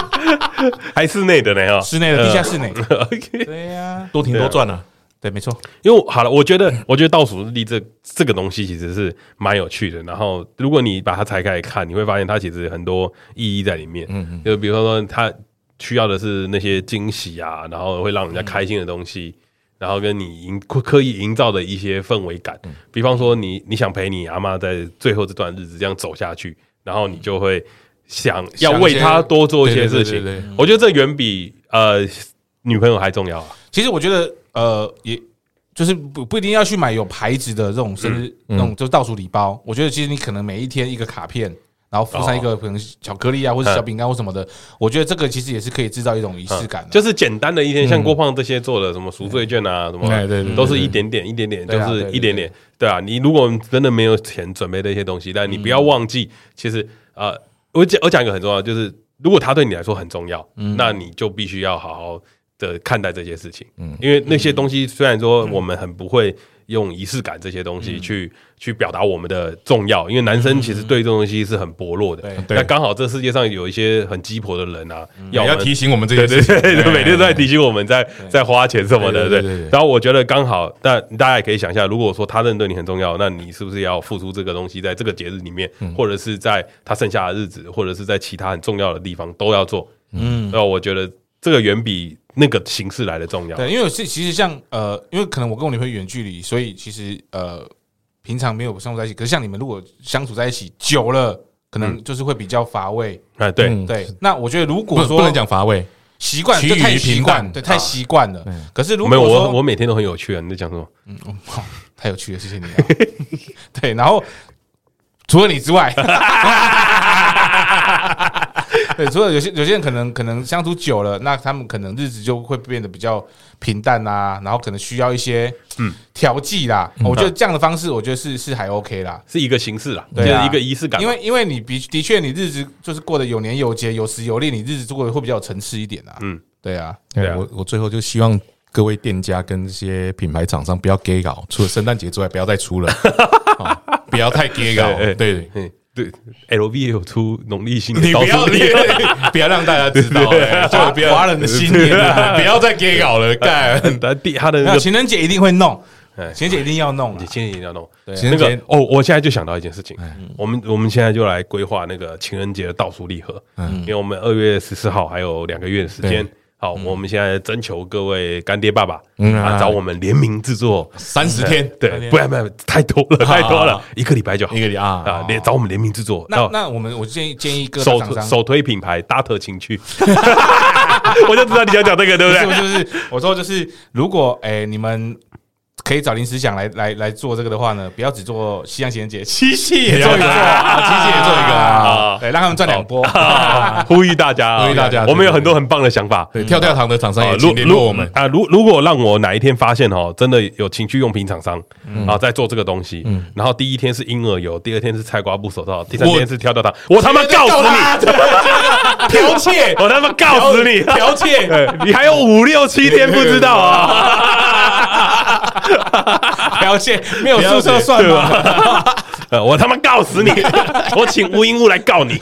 Speaker 2: 还室内的呢哦，
Speaker 3: 室内的地下室内，
Speaker 2: 呃 OK
Speaker 3: 对呀，
Speaker 1: 多停多赚啊！
Speaker 3: 对，没错。
Speaker 2: 因为我好了，我觉得，我觉得倒数日历这这个东西其实是蛮有趣的。然后，如果你把它拆开来看，你会发现它其实很多意义在里面。嗯嗯，就比如说它需要的是那些惊喜啊，然后会让人家开心的东西，然后跟你营刻意营造的一些氛围感。
Speaker 1: 嗯
Speaker 2: 比方说你，你想陪你阿妈在最后这段日子这样走下去，然后你就会想要为她多做一些
Speaker 1: 对
Speaker 2: 事
Speaker 1: 对对对
Speaker 2: 情。我觉得这远比呃女朋友还重要啊。
Speaker 3: 其实我觉得，呃，也就是不不一定要去买有牌子的这种生日、那种就是倒数礼包。我觉得其实你可能每一天一个卡片，然后附上一个可能巧克力啊，或者小饼干或什么的，我觉得这个其实也是可以制造一种仪式感的。
Speaker 2: 嗯
Speaker 3: 啊
Speaker 2: 就是简单的一天，像郭胖这些做的什么赎罪券啊，什么
Speaker 1: 对对对对
Speaker 2: 都是一点点一点点，
Speaker 3: 对
Speaker 2: 就
Speaker 3: 啊
Speaker 2: 是一点点，对啊。你如果真的没有钱准备的一些东西，但你不要忘记，其实呃，我讲我讲一个很重要的，就是如果它对你来说很重要，那你就必须要好好的看待这些事情，因为那些东西虽然说我们很不会。用仪式感这些东西去、去表达我们的重要，因为男生其实对这种东西是很薄弱的。
Speaker 1: 对
Speaker 2: 那刚好这世界上有一些很鸡婆的人啊，要我
Speaker 1: 要
Speaker 2: 们
Speaker 1: 提醒我们这
Speaker 2: 对
Speaker 1: 件
Speaker 2: 对
Speaker 1: 事
Speaker 2: 对
Speaker 1: 情，
Speaker 2: 对，每天都在提醒我们在在花钱什么的，
Speaker 1: 哎对对
Speaker 2: 对
Speaker 1: 对对对。
Speaker 2: 然后我觉得刚好，那大家也可以想一下，如果说他真的对你很重要，那你是不是要付出这个东西，在这个节日里面，或者是在他剩下的日子，或者是在其他很重要的地方都要做？嗯，那我觉得这个远比那个形式来的重要。
Speaker 3: 对，因为是其实像呃，因为可能我跟我女朋友远距离，所以其实呃，平常没有相处在一起。可是像你们如果相处在一起久了，可能就是会比较乏味。
Speaker 2: 哎，对，
Speaker 1: 嗯
Speaker 3: 对，那我觉得如
Speaker 1: 不
Speaker 3: 果
Speaker 1: 能
Speaker 3: 说
Speaker 1: 不能讲乏味。
Speaker 3: 习惯，
Speaker 1: 趋
Speaker 3: 就太
Speaker 1: 于
Speaker 3: 习
Speaker 1: 平
Speaker 3: 惯，
Speaker 1: 淡
Speaker 3: 对，太习惯了。可是如
Speaker 2: 没
Speaker 3: 果
Speaker 2: 有
Speaker 3: 说
Speaker 2: 我我每天都很有趣啊！你在讲什么？
Speaker 3: 嗯，好，太有趣了，谢谢你、啊。 对，然后除了你之外， 对，除了有些有些人可能可能相处久了，那他们可能日子就会变得比较平淡啊，然后可能需要一些嗯调剂啦。
Speaker 2: 嗯
Speaker 3: 我觉得这样的方式，我觉得是是还 OK 啦。
Speaker 2: 是一个形式啦，就
Speaker 3: 对
Speaker 2: 是
Speaker 3: 啊
Speaker 2: 一个仪式感
Speaker 3: 因。为因为你的的确你日子就是过得有年有节有时有力，你日子过得会比较有层次一点啊。
Speaker 2: 嗯
Speaker 3: 嗯，对啊，
Speaker 2: 对啊
Speaker 1: 我我最后就希望各位店家跟这些品牌厂商不要 gay 搞，除了圣诞节之外不要再 出了，哦不要太 gay 搞。
Speaker 2: 哎哎
Speaker 1: 对对，
Speaker 2: 嗯，对，L V 也有出农历新年
Speaker 1: 你
Speaker 2: 倒
Speaker 1: 不
Speaker 2: 数
Speaker 1: 要
Speaker 2: 日
Speaker 1: 你 不要让大家知道，哎就不要
Speaker 3: 华人的新年啊
Speaker 1: 不要再 gay 搞了，干。
Speaker 2: 他第他的那
Speaker 3: 没
Speaker 2: 个
Speaker 3: 有情人节一定会弄
Speaker 2: 哎，
Speaker 3: 情人节一定要弄啊
Speaker 2: 你。今天一定要弄。
Speaker 3: 对嗯
Speaker 1: 情
Speaker 2: 那
Speaker 1: 人
Speaker 2: 个
Speaker 1: 节
Speaker 2: 哦，我现在就想到一件事情，我们我们现在就
Speaker 3: 嗯
Speaker 2: 来规划那个情人节的倒数礼盒，因为我们二月十四号还有两个月的时间
Speaker 1: 对，
Speaker 2: 好，
Speaker 3: 嗯
Speaker 2: 我们现在征求各位干爹爸爸，
Speaker 1: 嗯
Speaker 2: 啊，
Speaker 1: 啊
Speaker 2: 找我们联名制作。
Speaker 1: 三十天，
Speaker 3: 干
Speaker 2: 对，
Speaker 3: 爹
Speaker 2: 不然不然太多了，太多了，一个礼拜就好
Speaker 1: 一个礼啊
Speaker 2: 啊，连找我们联名制作，
Speaker 3: 那那我们我建议建议各大
Speaker 2: 首
Speaker 3: 厂商，
Speaker 2: 首推品牌达特情趣， 我就知道你想讲这个，对啊
Speaker 3: 不
Speaker 2: 不
Speaker 3: 是不
Speaker 2: 对？
Speaker 3: 是不是，我说就是如果哎、你们可以找临时想来来来做这个的话呢，不要只做西洋情人节，七夕也 做一个啊，七夕也做一个
Speaker 2: 啊
Speaker 3: 啊，对，让他们赚两波。
Speaker 2: 啊呼吁大家啊，
Speaker 1: 呼吁大家
Speaker 2: 我们有很多很棒的想法。
Speaker 1: 对，跳跳糖的厂商
Speaker 2: 啊
Speaker 1: 也请联络我们。
Speaker 2: 啊，如如果让我哪一天发现哦，真的有情趣用品厂商
Speaker 1: 嗯
Speaker 2: 啊在做这个东西，然后第一天是婴儿油，第二天是菜瓜布手套，第三
Speaker 1: 我
Speaker 2: 天是跳跳糖，我他妈告死你！
Speaker 1: 你，剽窃，
Speaker 2: 我他妈告死你！
Speaker 1: 剽窃，
Speaker 2: 哎你还有五六七天不知道啊！
Speaker 3: 剽窃没有注册算
Speaker 2: 啊
Speaker 3: 吗？
Speaker 2: 呃，我他妈告 死你！我请吴英物来告你。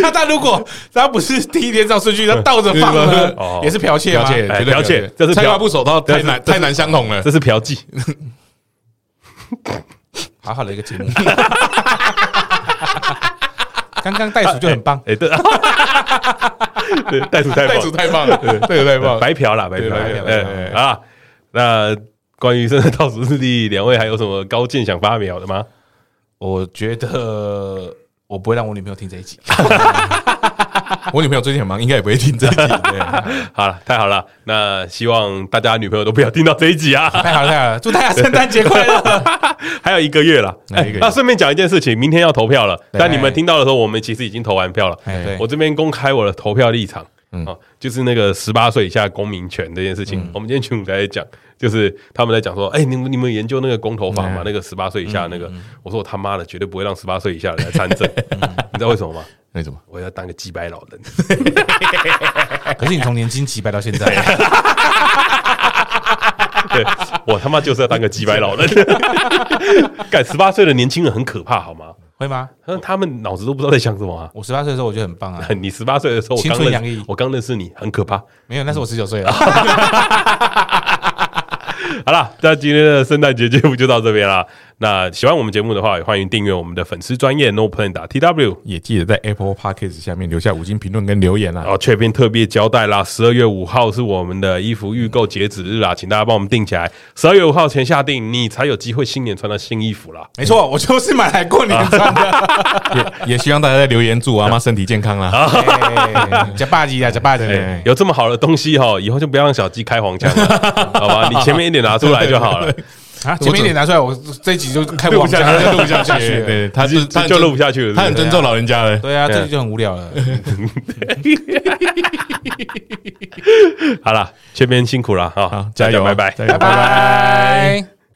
Speaker 3: 那他如果他不是第一天照顺序，他倒着放
Speaker 2: 哦
Speaker 3: 呢，也是剽窃
Speaker 1: 剽
Speaker 3: 吗？
Speaker 1: 窃，
Speaker 2: 哎
Speaker 1: 绝对
Speaker 2: 剽窃这是
Speaker 1: 菜
Speaker 2: 剽
Speaker 1: 瓜布手套
Speaker 2: 这
Speaker 1: 太
Speaker 2: 是
Speaker 1: 难
Speaker 2: 这是
Speaker 1: 太难相同了
Speaker 2: 这。是嫖妓，
Speaker 3: 好好的一个节目。 刚刚袋鼠就很棒，
Speaker 2: 哎，对， 对，袋鼠太
Speaker 1: 袋
Speaker 2: 棒
Speaker 1: 鼠，太棒了，袋鼠太棒了，
Speaker 2: 白嫖啦，白嫖，
Speaker 1: 对
Speaker 2: 白
Speaker 1: 白
Speaker 2: 嫖
Speaker 1: 嫖
Speaker 2: 哎
Speaker 1: 对
Speaker 2: 啊。那关于生的倒数日历，两位还有什么高见想发表的吗？
Speaker 3: 我觉得我不会让我女朋友听这一集。
Speaker 1: 我女朋友最近很忙，应该也不会听这一集。
Speaker 2: 好了，太好了，那希望大家女朋友都不要听到这一集啊，
Speaker 3: 太好了，太好了，祝大家圣诞节快乐！
Speaker 2: 还有一个月了。
Speaker 1: 还有
Speaker 2: 哎
Speaker 1: 一个月
Speaker 2: 那顺便讲一件事情，明天要投票了，
Speaker 3: 对
Speaker 2: 但你们听到的时候，我们其实已经投完票了。
Speaker 3: 哎，对，
Speaker 2: 我这边公开我的投票立场。
Speaker 1: 嗯
Speaker 2: 啊，就是那个十八岁以下公民权这件事情，我们今天群主在讲，就是他们在讲说，哎、你们你们研究那个公投
Speaker 1: 嗯
Speaker 2: 法嘛，那个十八岁以下那个，我说我他妈的绝对不会让十八岁以下的人来参 政，
Speaker 1: 嗯
Speaker 2: 你知道为什么吗？
Speaker 1: 那什么？
Speaker 2: 我要当个鸡掰老人，
Speaker 3: 可是你从年轻几百到现在，
Speaker 2: 对我他妈就是要当个鸡掰 老人。干十八岁的年轻人很可怕，好吗？
Speaker 3: 会吗？
Speaker 2: 他们脑子都不知道在想什么啊！
Speaker 3: 我十八岁的时候我觉得很棒啊，
Speaker 2: 你十八岁的时候，我
Speaker 3: 青
Speaker 2: 刚认
Speaker 3: 春洋
Speaker 2: 识
Speaker 3: 溢
Speaker 2: 我刚认识你，很可怕。
Speaker 3: 没有，那是我十九岁了。
Speaker 2: 好啦，那今天的圣诞节节目就到这边啦。那喜欢我们节目的话，也欢迎订阅我们的粉丝专业 No Plan 打 T W。
Speaker 1: 也记得在 Apple Podcast 下面留下五星评论跟留言
Speaker 2: 然
Speaker 1: 啊！
Speaker 2: 后这边特别交代啦，十二月五号是我们的衣服预购截止日啦，请大家帮我们订起来，十二月五号前下订，你才有机会新年穿到新衣服啦。
Speaker 3: 没错，我就是买来过年 穿的。
Speaker 1: 也也希望大家在留言祝我阿妈身体健康啦！
Speaker 3: 哎加霸鸡啊，加霸鸡！
Speaker 1: 对
Speaker 2: 有这么好的东西哈，以后就不要让小鸡开黄腔 了，好吧？你前面一点拿出来就好了，
Speaker 3: 啊，前面一点拿出来，我这一集就开
Speaker 1: 录
Speaker 3: 不
Speaker 1: 不下去， 录不下去，对，对他是他
Speaker 2: 这就录不下去了。
Speaker 1: 他
Speaker 2: 是
Speaker 1: 很
Speaker 2: 不是
Speaker 1: 尊重老人家了。
Speaker 3: 对啊，这集就很无聊了。
Speaker 2: 好啦，这边辛苦了哈
Speaker 1: 好，，加油啊，
Speaker 2: 拜拜。
Speaker 1: 加油
Speaker 3: 拜拜。